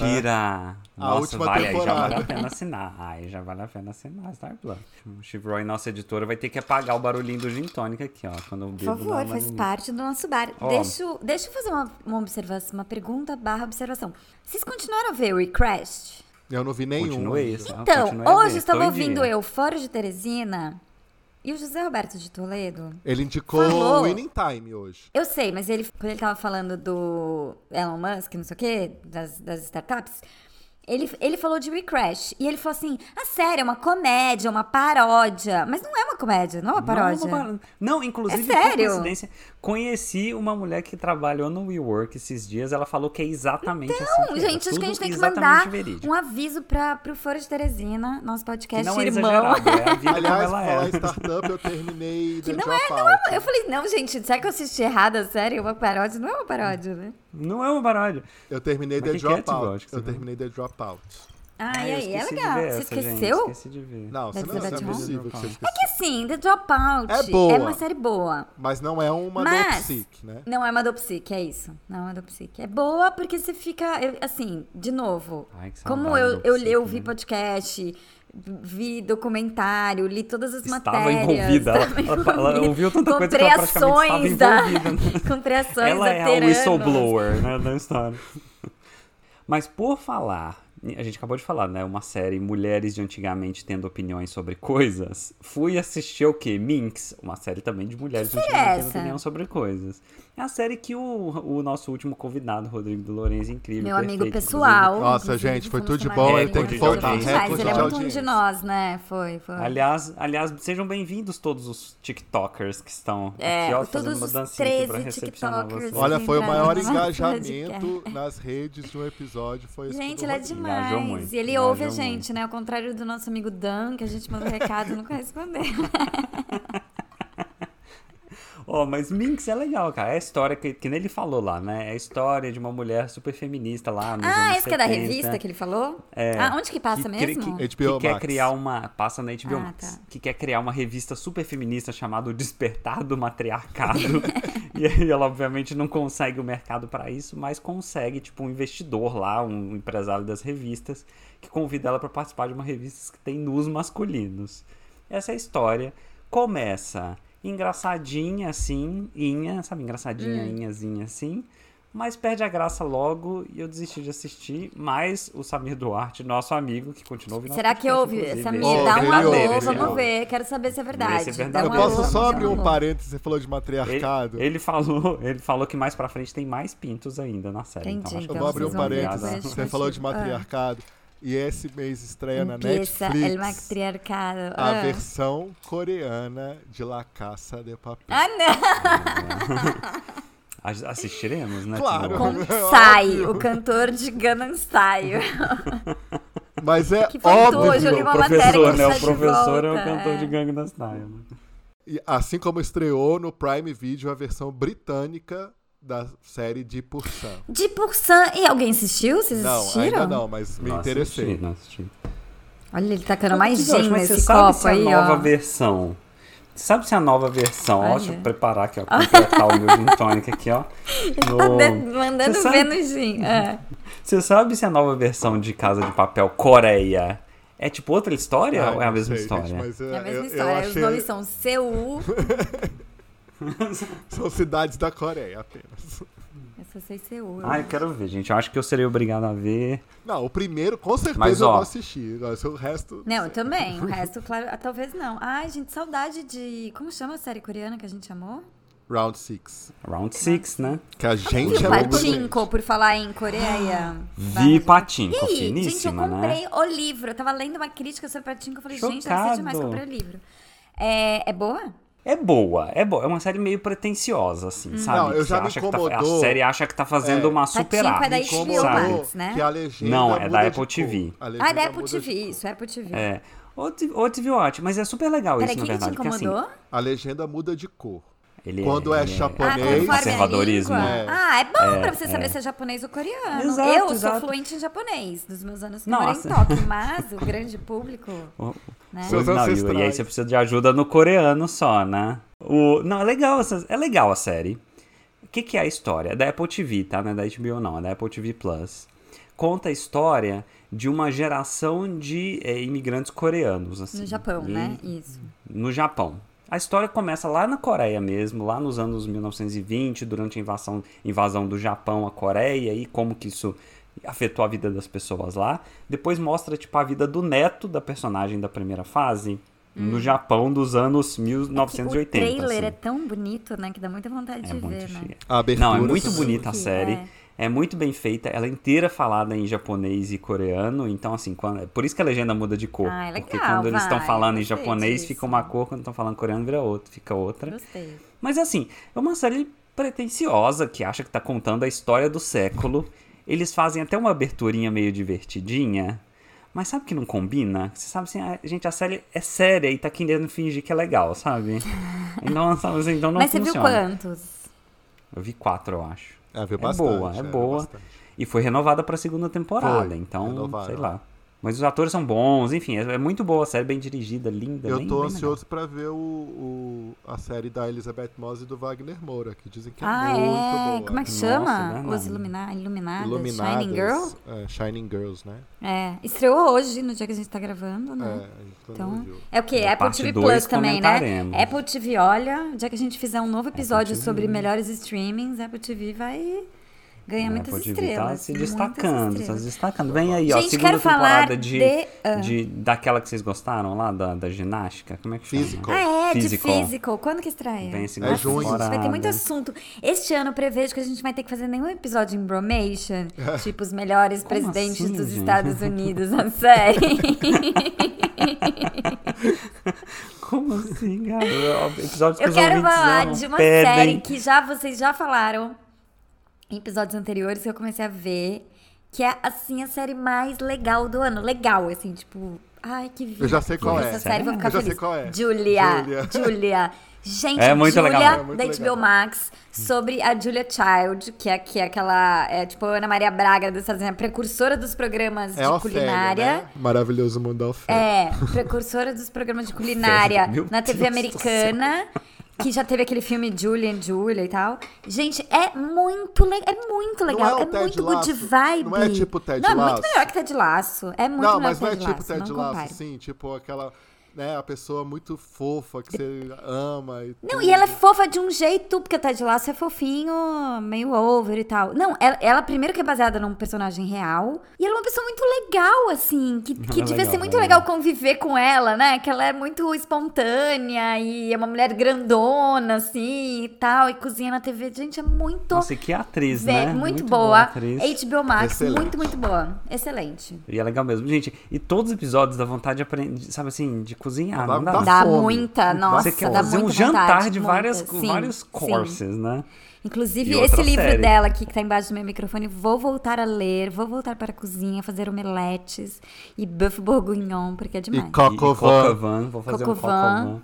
[SPEAKER 3] Mentira! Nossa,
[SPEAKER 1] última
[SPEAKER 3] vale, aí já
[SPEAKER 1] temporada.
[SPEAKER 3] vale a pena assinar. Aí já vale a pena assinar Star Plus. O Steve Roy, nossa editora, vai ter que apagar o barulhinho do Gin Tônica aqui, ó. Quando eu
[SPEAKER 2] Por
[SPEAKER 3] bebo, dá
[SPEAKER 2] favor,
[SPEAKER 3] um
[SPEAKER 2] faz
[SPEAKER 3] barulhinho.
[SPEAKER 2] parte do nosso bar.
[SPEAKER 3] Ó.
[SPEAKER 2] Deixa, eu- deixa eu fazer uma, uma observação, uma pergunta barra observação. Vocês continuaram a ver Recrashed?
[SPEAKER 1] Eu não vi nenhum.
[SPEAKER 3] Continuei.
[SPEAKER 1] ainda.
[SPEAKER 2] Então,
[SPEAKER 3] continuei a ver,
[SPEAKER 2] hoje eu
[SPEAKER 3] estou
[SPEAKER 2] estava
[SPEAKER 3] em
[SPEAKER 2] ouvindo
[SPEAKER 3] dia.
[SPEAKER 2] eu fora de Teresina e o José Roberto de Toledo.
[SPEAKER 1] Ele indicou
[SPEAKER 2] Falou.
[SPEAKER 1] o Winning Time hoje.
[SPEAKER 2] Eu sei, mas ele, quando ele tava falando do Elon Musk, não sei o quê, das, das startups, ele, ele falou de Recrash. E ele falou assim: ah, sério, é uma comédia, uma paródia. Mas não é uma comédia, não é uma paródia.
[SPEAKER 3] Não, não, não, inclusive,
[SPEAKER 2] É
[SPEAKER 3] por
[SPEAKER 2] sério?
[SPEAKER 3] coincidência, conheci uma mulher que trabalhou no WeWork esses dias. Ela falou que é exatamente assim.
[SPEAKER 2] Não,
[SPEAKER 3] que é.
[SPEAKER 2] Então, gente, acho que
[SPEAKER 3] Tudo
[SPEAKER 2] a gente tem que
[SPEAKER 3] exatamente
[SPEAKER 2] mandar
[SPEAKER 3] verídico.
[SPEAKER 2] um aviso pra, pro Foro de Teresina, nosso podcast
[SPEAKER 3] Que não é
[SPEAKER 2] irmão.
[SPEAKER 3] exagerado, é a vida
[SPEAKER 1] Aliás,
[SPEAKER 3] como
[SPEAKER 1] pra
[SPEAKER 3] ela
[SPEAKER 1] falar em
[SPEAKER 3] é.
[SPEAKER 1] startup, eu terminei
[SPEAKER 2] Que
[SPEAKER 1] The
[SPEAKER 2] não é,
[SPEAKER 1] Dropout.
[SPEAKER 2] não é. Eu falei, não, gente, será que eu assisti errado? Sério, uma paródia? Não é uma paródia, né?
[SPEAKER 3] Não é uma paródia.
[SPEAKER 1] Eu terminei
[SPEAKER 3] Mas
[SPEAKER 1] The
[SPEAKER 3] que que é, Tibo? Acho
[SPEAKER 1] Dropout.
[SPEAKER 3] que você
[SPEAKER 1] Eu
[SPEAKER 3] vai-
[SPEAKER 1] terminei The Dropout.
[SPEAKER 2] Ah, e
[SPEAKER 3] eu
[SPEAKER 2] aí, é
[SPEAKER 3] esqueci de
[SPEAKER 2] legal.
[SPEAKER 3] ver
[SPEAKER 2] Você
[SPEAKER 3] essa, gente,
[SPEAKER 2] esqueceu?
[SPEAKER 3] esqueci de ver.
[SPEAKER 1] Não,
[SPEAKER 2] Da
[SPEAKER 1] você não, não é
[SPEAKER 2] Elizabeth Holmes?
[SPEAKER 1] possível que você
[SPEAKER 3] É
[SPEAKER 1] esqueceu.
[SPEAKER 2] Que assim, The Dropout
[SPEAKER 1] É boa.
[SPEAKER 2] é uma série boa.
[SPEAKER 1] Mas não é uma
[SPEAKER 2] Mas-
[SPEAKER 1] Dopsic, né?
[SPEAKER 2] Não é uma dopsic, é isso. Não é uma dopsic. É boa porque você fica, eu- assim, de novo.
[SPEAKER 3] Ai, que saudade
[SPEAKER 2] como eu,
[SPEAKER 3] da
[SPEAKER 2] eu,
[SPEAKER 3] Dopsic,
[SPEAKER 2] eu vi
[SPEAKER 3] né?
[SPEAKER 2] podcast, vi documentário, li todas as
[SPEAKER 3] Estava
[SPEAKER 2] matérias.
[SPEAKER 3] envolvida,
[SPEAKER 2] estava
[SPEAKER 3] ela- ela- ela
[SPEAKER 2] envolvida.
[SPEAKER 3] ouviu tanta coisa que
[SPEAKER 2] Comprei
[SPEAKER 3] ela praticamente
[SPEAKER 2] ações
[SPEAKER 3] estava
[SPEAKER 2] da-
[SPEAKER 3] envolvida, né?
[SPEAKER 2] Comprei ações
[SPEAKER 3] Ela
[SPEAKER 2] da
[SPEAKER 3] é a
[SPEAKER 2] Teranos.
[SPEAKER 3] whistleblower né, da história. Mas por falar, a gente acabou de falar, né? Uma série Mulheres de Antigamente Tendo Opiniões sobre Coisas. Fui assistir o quê? Minx, uma série também de mulheres de
[SPEAKER 2] é
[SPEAKER 3] antigamente tendo
[SPEAKER 2] essa?
[SPEAKER 3] opinião sobre coisas. É a séé que o, o nosso último convidado, Rodrigo de Lourenço, incrível.
[SPEAKER 2] Meu amigo
[SPEAKER 3] perfeito,
[SPEAKER 2] pessoal.
[SPEAKER 1] Nossa,
[SPEAKER 2] inclusive,
[SPEAKER 1] gente, foi
[SPEAKER 2] fomos
[SPEAKER 1] tudo de
[SPEAKER 2] tomar
[SPEAKER 1] bom,
[SPEAKER 3] ele tem
[SPEAKER 2] banho,
[SPEAKER 3] que
[SPEAKER 2] foi
[SPEAKER 3] voltar.
[SPEAKER 2] demais,
[SPEAKER 3] Recorde
[SPEAKER 2] Ele é
[SPEAKER 3] de
[SPEAKER 2] muito um de
[SPEAKER 1] audiência.
[SPEAKER 2] nós, né? Foi, foi.
[SPEAKER 3] Aliás, aliás, sejam bem-vindos todos os TikTokers que estão
[SPEAKER 2] É,
[SPEAKER 3] aqui, ó,
[SPEAKER 2] todos
[SPEAKER 3] fazendo uma
[SPEAKER 2] os
[SPEAKER 3] dancinha aqui pra
[SPEAKER 2] 13
[SPEAKER 3] recepcionar
[SPEAKER 2] TikTokers.
[SPEAKER 3] vocês.
[SPEAKER 1] Olha, foi o
[SPEAKER 2] lembraram
[SPEAKER 1] maior
[SPEAKER 2] do nosso
[SPEAKER 1] engajamento nas redes de um episódio. Foi esse
[SPEAKER 2] Gente,
[SPEAKER 1] do
[SPEAKER 2] ele é
[SPEAKER 1] Rodrigo.
[SPEAKER 3] Engajou
[SPEAKER 2] demais.
[SPEAKER 3] muito,
[SPEAKER 2] e ele
[SPEAKER 3] engajou
[SPEAKER 2] ouve a
[SPEAKER 3] muito.
[SPEAKER 2] gente, né? Ao contrário do nosso amigo Dan, que a gente manda um recado e nunca respondeu.
[SPEAKER 3] Ó, mas Minx é legal, cara. É a história que, que nem ele falou lá, né? É a história de uma mulher super feminista lá nos
[SPEAKER 2] Ah,
[SPEAKER 3] anos
[SPEAKER 2] esse que é da
[SPEAKER 3] 70,
[SPEAKER 2] revista que ele falou?
[SPEAKER 3] É.
[SPEAKER 2] Ah, onde que passa
[SPEAKER 3] cri-
[SPEAKER 2] mesmo?
[SPEAKER 3] Que,
[SPEAKER 1] HBO
[SPEAKER 3] que quer
[SPEAKER 1] Max.
[SPEAKER 3] criar uma... Passa na HBO
[SPEAKER 2] Ah,
[SPEAKER 3] Max.
[SPEAKER 2] tá.
[SPEAKER 3] Que quer criar uma revista super feminista chamada O Despertar do Matriarcado. e aí ela, obviamente, não consegue o mercado pra isso, mas consegue, tipo, um investidor lá, um empresário das revistas, que convida ela pra participar de uma revista que tem nus masculinos. Essa é a história. Começa engraçadinha, assim, inha, sabe? Engraçadinha,
[SPEAKER 2] Hum.
[SPEAKER 3] inhazinha, assim. Mas perde a graça logo e eu desisti de assistir. Mas o Samir Duarte, nosso amigo, que continua ouvindo
[SPEAKER 2] Será
[SPEAKER 3] nosso
[SPEAKER 2] que
[SPEAKER 3] podcast,
[SPEAKER 2] houve?
[SPEAKER 3] inclusive,
[SPEAKER 2] Samir,
[SPEAKER 1] Ó,
[SPEAKER 2] dá um
[SPEAKER 1] ele
[SPEAKER 2] alô,
[SPEAKER 1] ouve, ele
[SPEAKER 2] vamos
[SPEAKER 1] ouve.
[SPEAKER 2] ver. Quero saber se é
[SPEAKER 3] Vamos
[SPEAKER 2] verdade.
[SPEAKER 3] ver se é
[SPEAKER 2] Dá
[SPEAKER 3] verdade.
[SPEAKER 1] Eu
[SPEAKER 2] um
[SPEAKER 1] posso
[SPEAKER 2] alô,
[SPEAKER 1] só
[SPEAKER 2] vamos
[SPEAKER 1] abrir um
[SPEAKER 2] alô.
[SPEAKER 1] parênteses, você falou de
[SPEAKER 3] Ele,
[SPEAKER 1] matriarcado.
[SPEAKER 3] ele falou, ele falou que mais pra frente tem mais pintos ainda na série.
[SPEAKER 2] Entendi,
[SPEAKER 3] Então, acho que
[SPEAKER 1] Eu
[SPEAKER 2] então
[SPEAKER 1] vou abrir um
[SPEAKER 2] vocês vão ver,
[SPEAKER 1] parênteses.
[SPEAKER 2] vocês
[SPEAKER 1] Você falou de
[SPEAKER 2] vão assistir.
[SPEAKER 1] matriarcado. E esse mês estreia na
[SPEAKER 2] Empieza el
[SPEAKER 1] Netflix
[SPEAKER 2] matriarcado.
[SPEAKER 1] a
[SPEAKER 2] Ah.
[SPEAKER 1] versão coreana de La Caça de Papel.
[SPEAKER 2] Ah, não!
[SPEAKER 3] Ass- Assistiremos, né?
[SPEAKER 1] Claro.
[SPEAKER 3] Timor?
[SPEAKER 1] Óbvio.
[SPEAKER 2] Sai, o cantor de Gangnam Style.
[SPEAKER 1] Mas é
[SPEAKER 2] Que faltou, eu joguei
[SPEAKER 1] óbvio.
[SPEAKER 2] uma
[SPEAKER 3] o
[SPEAKER 2] matéria
[SPEAKER 3] professor,
[SPEAKER 2] que
[SPEAKER 3] né?
[SPEAKER 2] está
[SPEAKER 3] O
[SPEAKER 2] de
[SPEAKER 3] professor é o
[SPEAKER 2] volta,
[SPEAKER 3] cantor
[SPEAKER 2] é.
[SPEAKER 3] de Gangue da Style. né?
[SPEAKER 1] E Assim como estreou no Prime Video a versão britânica da série de Pursan.
[SPEAKER 2] De Pursan. E alguém assistiu? Vocês
[SPEAKER 1] Não,
[SPEAKER 2] assistiram?
[SPEAKER 1] ainda não, mas me
[SPEAKER 3] Não
[SPEAKER 1] interessei.
[SPEAKER 3] assisti, não assisti.
[SPEAKER 2] Olha, ele tacando mais
[SPEAKER 3] Jorge,
[SPEAKER 2] gin
[SPEAKER 3] mas você
[SPEAKER 2] nesse
[SPEAKER 3] sabe
[SPEAKER 2] copo
[SPEAKER 3] se a
[SPEAKER 2] aí,
[SPEAKER 3] nova
[SPEAKER 2] ó.
[SPEAKER 3] versão. Você sabe se a nova versão. Ó, deixa eu
[SPEAKER 2] Olha.
[SPEAKER 3] preparar aqui, ó. Completar o meu gin tônica aqui, ó.
[SPEAKER 2] Tá
[SPEAKER 3] No-
[SPEAKER 2] de- mandando
[SPEAKER 3] Você
[SPEAKER 2] ver
[SPEAKER 3] sabe-
[SPEAKER 2] no gin. É.
[SPEAKER 3] Você sabe se a nova versão de Casa de Papel Coreia é tipo outra história
[SPEAKER 1] Ai,
[SPEAKER 3] ou é a
[SPEAKER 1] Ah, não
[SPEAKER 3] mesma
[SPEAKER 1] sei, gente,
[SPEAKER 3] história?
[SPEAKER 1] mas,
[SPEAKER 2] É a
[SPEAKER 1] eu-
[SPEAKER 2] mesma
[SPEAKER 1] eu
[SPEAKER 2] história. Os
[SPEAKER 1] achei-
[SPEAKER 2] nomes são Seul.
[SPEAKER 1] São cidades da Coreia apenas.
[SPEAKER 2] Eu só sei Seul.
[SPEAKER 3] Ah, eu quero ver, gente. Eu acho que eu serei obrigado a ver.
[SPEAKER 1] Não, o primeiro, com certeza
[SPEAKER 3] Mas,
[SPEAKER 1] eu
[SPEAKER 3] ó.
[SPEAKER 1] vou assistir. Mas o resto.
[SPEAKER 2] Não, eu também. O resto, claro, ah, talvez não. Ai, gente, saudade de. Como chama a série coreana que a gente amou?
[SPEAKER 1] Round 6.
[SPEAKER 3] Round 6, né?
[SPEAKER 1] Que a
[SPEAKER 2] Vi
[SPEAKER 1] gente é bobo, gente.
[SPEAKER 2] Patinko, por falar em Coreia.
[SPEAKER 3] Vi
[SPEAKER 2] Várias-
[SPEAKER 3] Patinko,
[SPEAKER 2] E aí, gente, eu
[SPEAKER 3] finíssima, né?
[SPEAKER 2] comprei o livro. Eu tava lendo uma crítica sobre Patinko. Eu falei, gente, deve ser
[SPEAKER 3] Chocado.
[SPEAKER 2] demais. Comprei o livro. É, é boa?
[SPEAKER 3] É boa, é boa. É uma série meio pretensiosa, assim, sabe?
[SPEAKER 1] Não, eu
[SPEAKER 3] Que
[SPEAKER 1] já
[SPEAKER 3] você
[SPEAKER 1] me
[SPEAKER 3] acha que tá-
[SPEAKER 1] incomodou.
[SPEAKER 3] a séérie acha que tá fazendo
[SPEAKER 1] É.
[SPEAKER 3] uma
[SPEAKER 2] Patinko
[SPEAKER 3] super
[SPEAKER 2] Hum. é da
[SPEAKER 3] arte,
[SPEAKER 2] HBO
[SPEAKER 1] Como
[SPEAKER 3] sabe?
[SPEAKER 2] Max. né?
[SPEAKER 1] que a legenda
[SPEAKER 3] Não, é
[SPEAKER 1] muda
[SPEAKER 3] da
[SPEAKER 1] de
[SPEAKER 3] Apple
[SPEAKER 1] cor.
[SPEAKER 3] TV.
[SPEAKER 1] A
[SPEAKER 2] Ah,
[SPEAKER 1] legenda
[SPEAKER 2] da Apple
[SPEAKER 1] muda de
[SPEAKER 2] TV.
[SPEAKER 1] cor.
[SPEAKER 2] Isso, é Apple TV.
[SPEAKER 3] É. Ou TV ou TV Watch, mas é super legal
[SPEAKER 2] Peraí,
[SPEAKER 3] isso,
[SPEAKER 2] quem
[SPEAKER 3] na
[SPEAKER 2] que te
[SPEAKER 3] verdade. porque, assim,
[SPEAKER 2] incomodou?
[SPEAKER 1] A legenda muda de cor.
[SPEAKER 3] ele
[SPEAKER 1] Quando é
[SPEAKER 3] ele
[SPEAKER 2] Ah,
[SPEAKER 1] japonês.
[SPEAKER 2] conforme a
[SPEAKER 3] Conservadorismo.
[SPEAKER 2] língua.
[SPEAKER 1] É.
[SPEAKER 2] Ah, é bom pra você saber se é japonês ou coreano.
[SPEAKER 3] Exato,
[SPEAKER 2] eu sou
[SPEAKER 3] exato.
[SPEAKER 2] fluente em japonês, dos meus anos que
[SPEAKER 3] Nossa.
[SPEAKER 2] morei em Tóquio, mas o grande público,
[SPEAKER 3] O-
[SPEAKER 2] né?
[SPEAKER 1] Seus
[SPEAKER 3] Não, e,
[SPEAKER 1] ancestrais.
[SPEAKER 3] e aí você precisa de ajuda no coreano só, né? O, não, é legal, essa- é legal a série. O que, que é a história? É da Apple TV, tá? Não é da HBO não, é da Apple TV Plus. Conta a história de uma geração de eh, imigrantes coreanos, assim.
[SPEAKER 2] No Japão,
[SPEAKER 3] E-
[SPEAKER 2] né? Isso.
[SPEAKER 3] no Japão. A história começa lá na Coreia mesmo, lá nos anos 1920, durante a invasão, invasão do Japão à Coreia e como que isso afetou a vida das pessoas lá. Depois mostra tipo a vida do neto da personagem da primeira fase no Japão dos anos
[SPEAKER 2] o
[SPEAKER 3] 1980.
[SPEAKER 2] trailer Hum. é
[SPEAKER 3] assim.
[SPEAKER 2] tão bonito, né? Que dá muita vontade de ver, né?
[SPEAKER 3] É chique.
[SPEAKER 1] A abertura.
[SPEAKER 3] Não, é muito
[SPEAKER 1] também.
[SPEAKER 3] bonita a
[SPEAKER 2] chique,
[SPEAKER 3] série.
[SPEAKER 2] é.
[SPEAKER 3] É. muito bem feita, ela é inteira falada em japonês e coreano, então assim, quando- por isso que a legenda muda de cor.
[SPEAKER 2] Ah, é
[SPEAKER 3] porque
[SPEAKER 2] legal,
[SPEAKER 3] quando eles estão
[SPEAKER 2] vai,
[SPEAKER 3] falando em
[SPEAKER 2] gostei
[SPEAKER 3] japonês
[SPEAKER 2] disso.
[SPEAKER 3] fica uma cor, quando estão falando coreano vira outra, fica outra.
[SPEAKER 2] Gostei.
[SPEAKER 3] Mas assim, é uma série pretensiosa que acha que tá contando a história do século. Eles fazem até uma aberturinha meio divertidinha. Mas sabe que não combina? Você sabe assim, ah, gente, a série é séria e tá querendo fingir que é legal, sabe? Então, sabe assim, então não
[SPEAKER 2] mas você
[SPEAKER 3] funciona.
[SPEAKER 2] viu quantos?
[SPEAKER 3] Eu vi quatro, eu acho.
[SPEAKER 1] É, vê
[SPEAKER 3] É
[SPEAKER 1] bastante,
[SPEAKER 3] boa, é
[SPEAKER 1] vê
[SPEAKER 3] boa.
[SPEAKER 1] bastante.
[SPEAKER 3] E foi renovada pra segunda temporada,
[SPEAKER 1] Foi,
[SPEAKER 3] então,
[SPEAKER 1] renovaram.
[SPEAKER 3] sei lá. Mas os atores são bons, enfim, é é muito boa a série, bem dirigida, linda.
[SPEAKER 1] Eu
[SPEAKER 3] bem-
[SPEAKER 1] tô
[SPEAKER 3] bem
[SPEAKER 1] ansioso pra ver o, o- a série da Elizabeth Moss e do Wagner Moura, que dizem que é
[SPEAKER 2] ah,
[SPEAKER 1] muito
[SPEAKER 2] é?
[SPEAKER 1] boa.
[SPEAKER 2] Como é que
[SPEAKER 3] Nossa,
[SPEAKER 2] chama?
[SPEAKER 3] verdade.
[SPEAKER 2] Os Ilumina... Iluminadas,
[SPEAKER 1] Iluminadas,
[SPEAKER 2] Shining Girl?
[SPEAKER 1] é, Shining Girls, né?
[SPEAKER 2] É. Estreou hoje, no dia que a gente tá gravando, né?
[SPEAKER 1] É, então,
[SPEAKER 2] Então,
[SPEAKER 1] não viu.
[SPEAKER 2] é o que?
[SPEAKER 3] Na
[SPEAKER 2] Apple
[SPEAKER 3] parte
[SPEAKER 2] TV
[SPEAKER 3] dois
[SPEAKER 2] Plus também,
[SPEAKER 3] comentaremos.
[SPEAKER 2] né? Apple TV, olha, o dia que a gente fizer um novo episódio
[SPEAKER 3] TV.
[SPEAKER 2] sobre melhores streamings, Apple TV vai ganhar
[SPEAKER 3] legal.
[SPEAKER 2] muitas
[SPEAKER 3] Apple TV
[SPEAKER 2] estrelas.
[SPEAKER 3] Tá se
[SPEAKER 2] muitas
[SPEAKER 3] destacando, tá se
[SPEAKER 2] estrelas.
[SPEAKER 3] destacando. Vem aí, ó,
[SPEAKER 2] Gente,
[SPEAKER 3] segunda
[SPEAKER 2] quero falar
[SPEAKER 3] temporada de,
[SPEAKER 2] de- ah.
[SPEAKER 3] de- daquela que vocês gostaram lá, da, da ginástica. Como é que
[SPEAKER 1] Physical.
[SPEAKER 3] chama?
[SPEAKER 2] Ah, é,
[SPEAKER 3] Physical.
[SPEAKER 2] de Physical. Quando que estreia?
[SPEAKER 3] Vem a segunda
[SPEAKER 2] Nossa,
[SPEAKER 1] junho.
[SPEAKER 2] gente, vai ter muito
[SPEAKER 3] temporada.
[SPEAKER 2] assunto. Este ano prevejo que a gente vai ter que fazer nenhum episódio em Bromation, tipo os melhores
[SPEAKER 3] Como
[SPEAKER 2] presidentes
[SPEAKER 3] assim,
[SPEAKER 2] dos
[SPEAKER 3] gente?
[SPEAKER 2] Estados Unidos na série.
[SPEAKER 3] Como assim, cara? Episódios que
[SPEAKER 2] Eu
[SPEAKER 3] os
[SPEAKER 2] quero
[SPEAKER 3] ouvintes
[SPEAKER 2] falar
[SPEAKER 3] amam,
[SPEAKER 2] de uma
[SPEAKER 3] pedem.
[SPEAKER 2] série que já vocês já falaram em episódios anteriores que eu comecei a ver, que é assim a série mais legal do ano, legal assim, tipo, ai que vida.
[SPEAKER 1] Eu já sei qual
[SPEAKER 2] essa
[SPEAKER 1] é.
[SPEAKER 2] série vou ficar
[SPEAKER 1] Eu já sei
[SPEAKER 2] feliz.
[SPEAKER 1] qual é.
[SPEAKER 2] Julia,
[SPEAKER 1] Julia.
[SPEAKER 2] Julia. Gente,
[SPEAKER 3] É muito
[SPEAKER 2] Julia
[SPEAKER 3] legal.
[SPEAKER 1] É muito
[SPEAKER 2] da HBO
[SPEAKER 1] legal.
[SPEAKER 2] Max sobre a Julia Child, que é, que é aquela, é tipo a Ana Maria Braga dos Estados Unidos, a precursora dos programas
[SPEAKER 1] É
[SPEAKER 2] de
[SPEAKER 1] a Ofélia,
[SPEAKER 2] culinária.
[SPEAKER 1] né? Maravilhoso mundo da Ofélia.
[SPEAKER 2] É, precursora dos programas de culinária
[SPEAKER 3] Meu
[SPEAKER 2] na TV
[SPEAKER 3] Deus do
[SPEAKER 2] americana, que já teve aquele filme Julia and Julia e tal. Gente, é muito, le é muito legal,
[SPEAKER 1] é o
[SPEAKER 2] é,
[SPEAKER 1] Ted
[SPEAKER 2] muito
[SPEAKER 1] Lasso?
[SPEAKER 2] good vibe.
[SPEAKER 1] Não é tipo Ted
[SPEAKER 2] Não, é
[SPEAKER 1] Lasso?
[SPEAKER 2] muito melhor que Ted Laço. É muito
[SPEAKER 1] não,
[SPEAKER 2] melhor
[SPEAKER 1] mas
[SPEAKER 2] que
[SPEAKER 1] não é
[SPEAKER 2] Ted
[SPEAKER 1] tipo
[SPEAKER 2] Lasso,
[SPEAKER 1] Ted
[SPEAKER 2] não
[SPEAKER 1] Lasso,
[SPEAKER 2] compara.
[SPEAKER 1] sim, tipo aquela, né, a pessoa muito fofa que você ama e
[SPEAKER 2] Não,
[SPEAKER 1] tudo.
[SPEAKER 2] e ela é fofa de um jeito, porque o Ted Lasso é fofinho, meio over e tal. Não, ela, ela primeiro que é baseada num personagem real, e ela é uma pessoa muito legal, assim, que, que
[SPEAKER 3] é
[SPEAKER 2] devia
[SPEAKER 3] legal,
[SPEAKER 2] ser muito
[SPEAKER 3] ela é
[SPEAKER 2] legal conviver com ela, né? Que ela é muito espontânea e é uma mulher grandona, assim, e tal, e cozinha na TV. Gente, é muito,
[SPEAKER 3] Nossa, e que atriz,
[SPEAKER 2] ve-
[SPEAKER 3] né?
[SPEAKER 2] muito, boa. É
[SPEAKER 3] atriz.
[SPEAKER 2] HBO Max,
[SPEAKER 1] Excelente.
[SPEAKER 2] muito, muito boa. Excelente.
[SPEAKER 3] E é legal mesmo. Gente, e todos os episódios dá vontade de aprender, sabe assim, de cozinhar,
[SPEAKER 1] Dá-
[SPEAKER 3] não dá.
[SPEAKER 1] dá
[SPEAKER 2] Dá
[SPEAKER 1] fome.
[SPEAKER 2] muita,
[SPEAKER 1] Dá
[SPEAKER 2] nossa,
[SPEAKER 3] Você quer
[SPEAKER 2] dá
[SPEAKER 3] fazer um
[SPEAKER 2] muita
[SPEAKER 3] jantar
[SPEAKER 2] vontade,
[SPEAKER 3] de
[SPEAKER 2] muita.
[SPEAKER 3] várias,
[SPEAKER 2] Sim,
[SPEAKER 3] vários
[SPEAKER 2] sim.
[SPEAKER 3] courses, né?
[SPEAKER 2] Inclusive,
[SPEAKER 3] E outra
[SPEAKER 2] esse livro
[SPEAKER 3] série.
[SPEAKER 2] dela aqui que tá embaixo do meu microfone, vou voltar a ler, vou voltar para a cozinha, fazer omeletes e buff bourguignon, porque é
[SPEAKER 1] E
[SPEAKER 2] demais.
[SPEAKER 3] E- e
[SPEAKER 1] Cocovan.
[SPEAKER 3] Cocovan, vou fazer
[SPEAKER 2] Cocovan.
[SPEAKER 3] um Cocovan.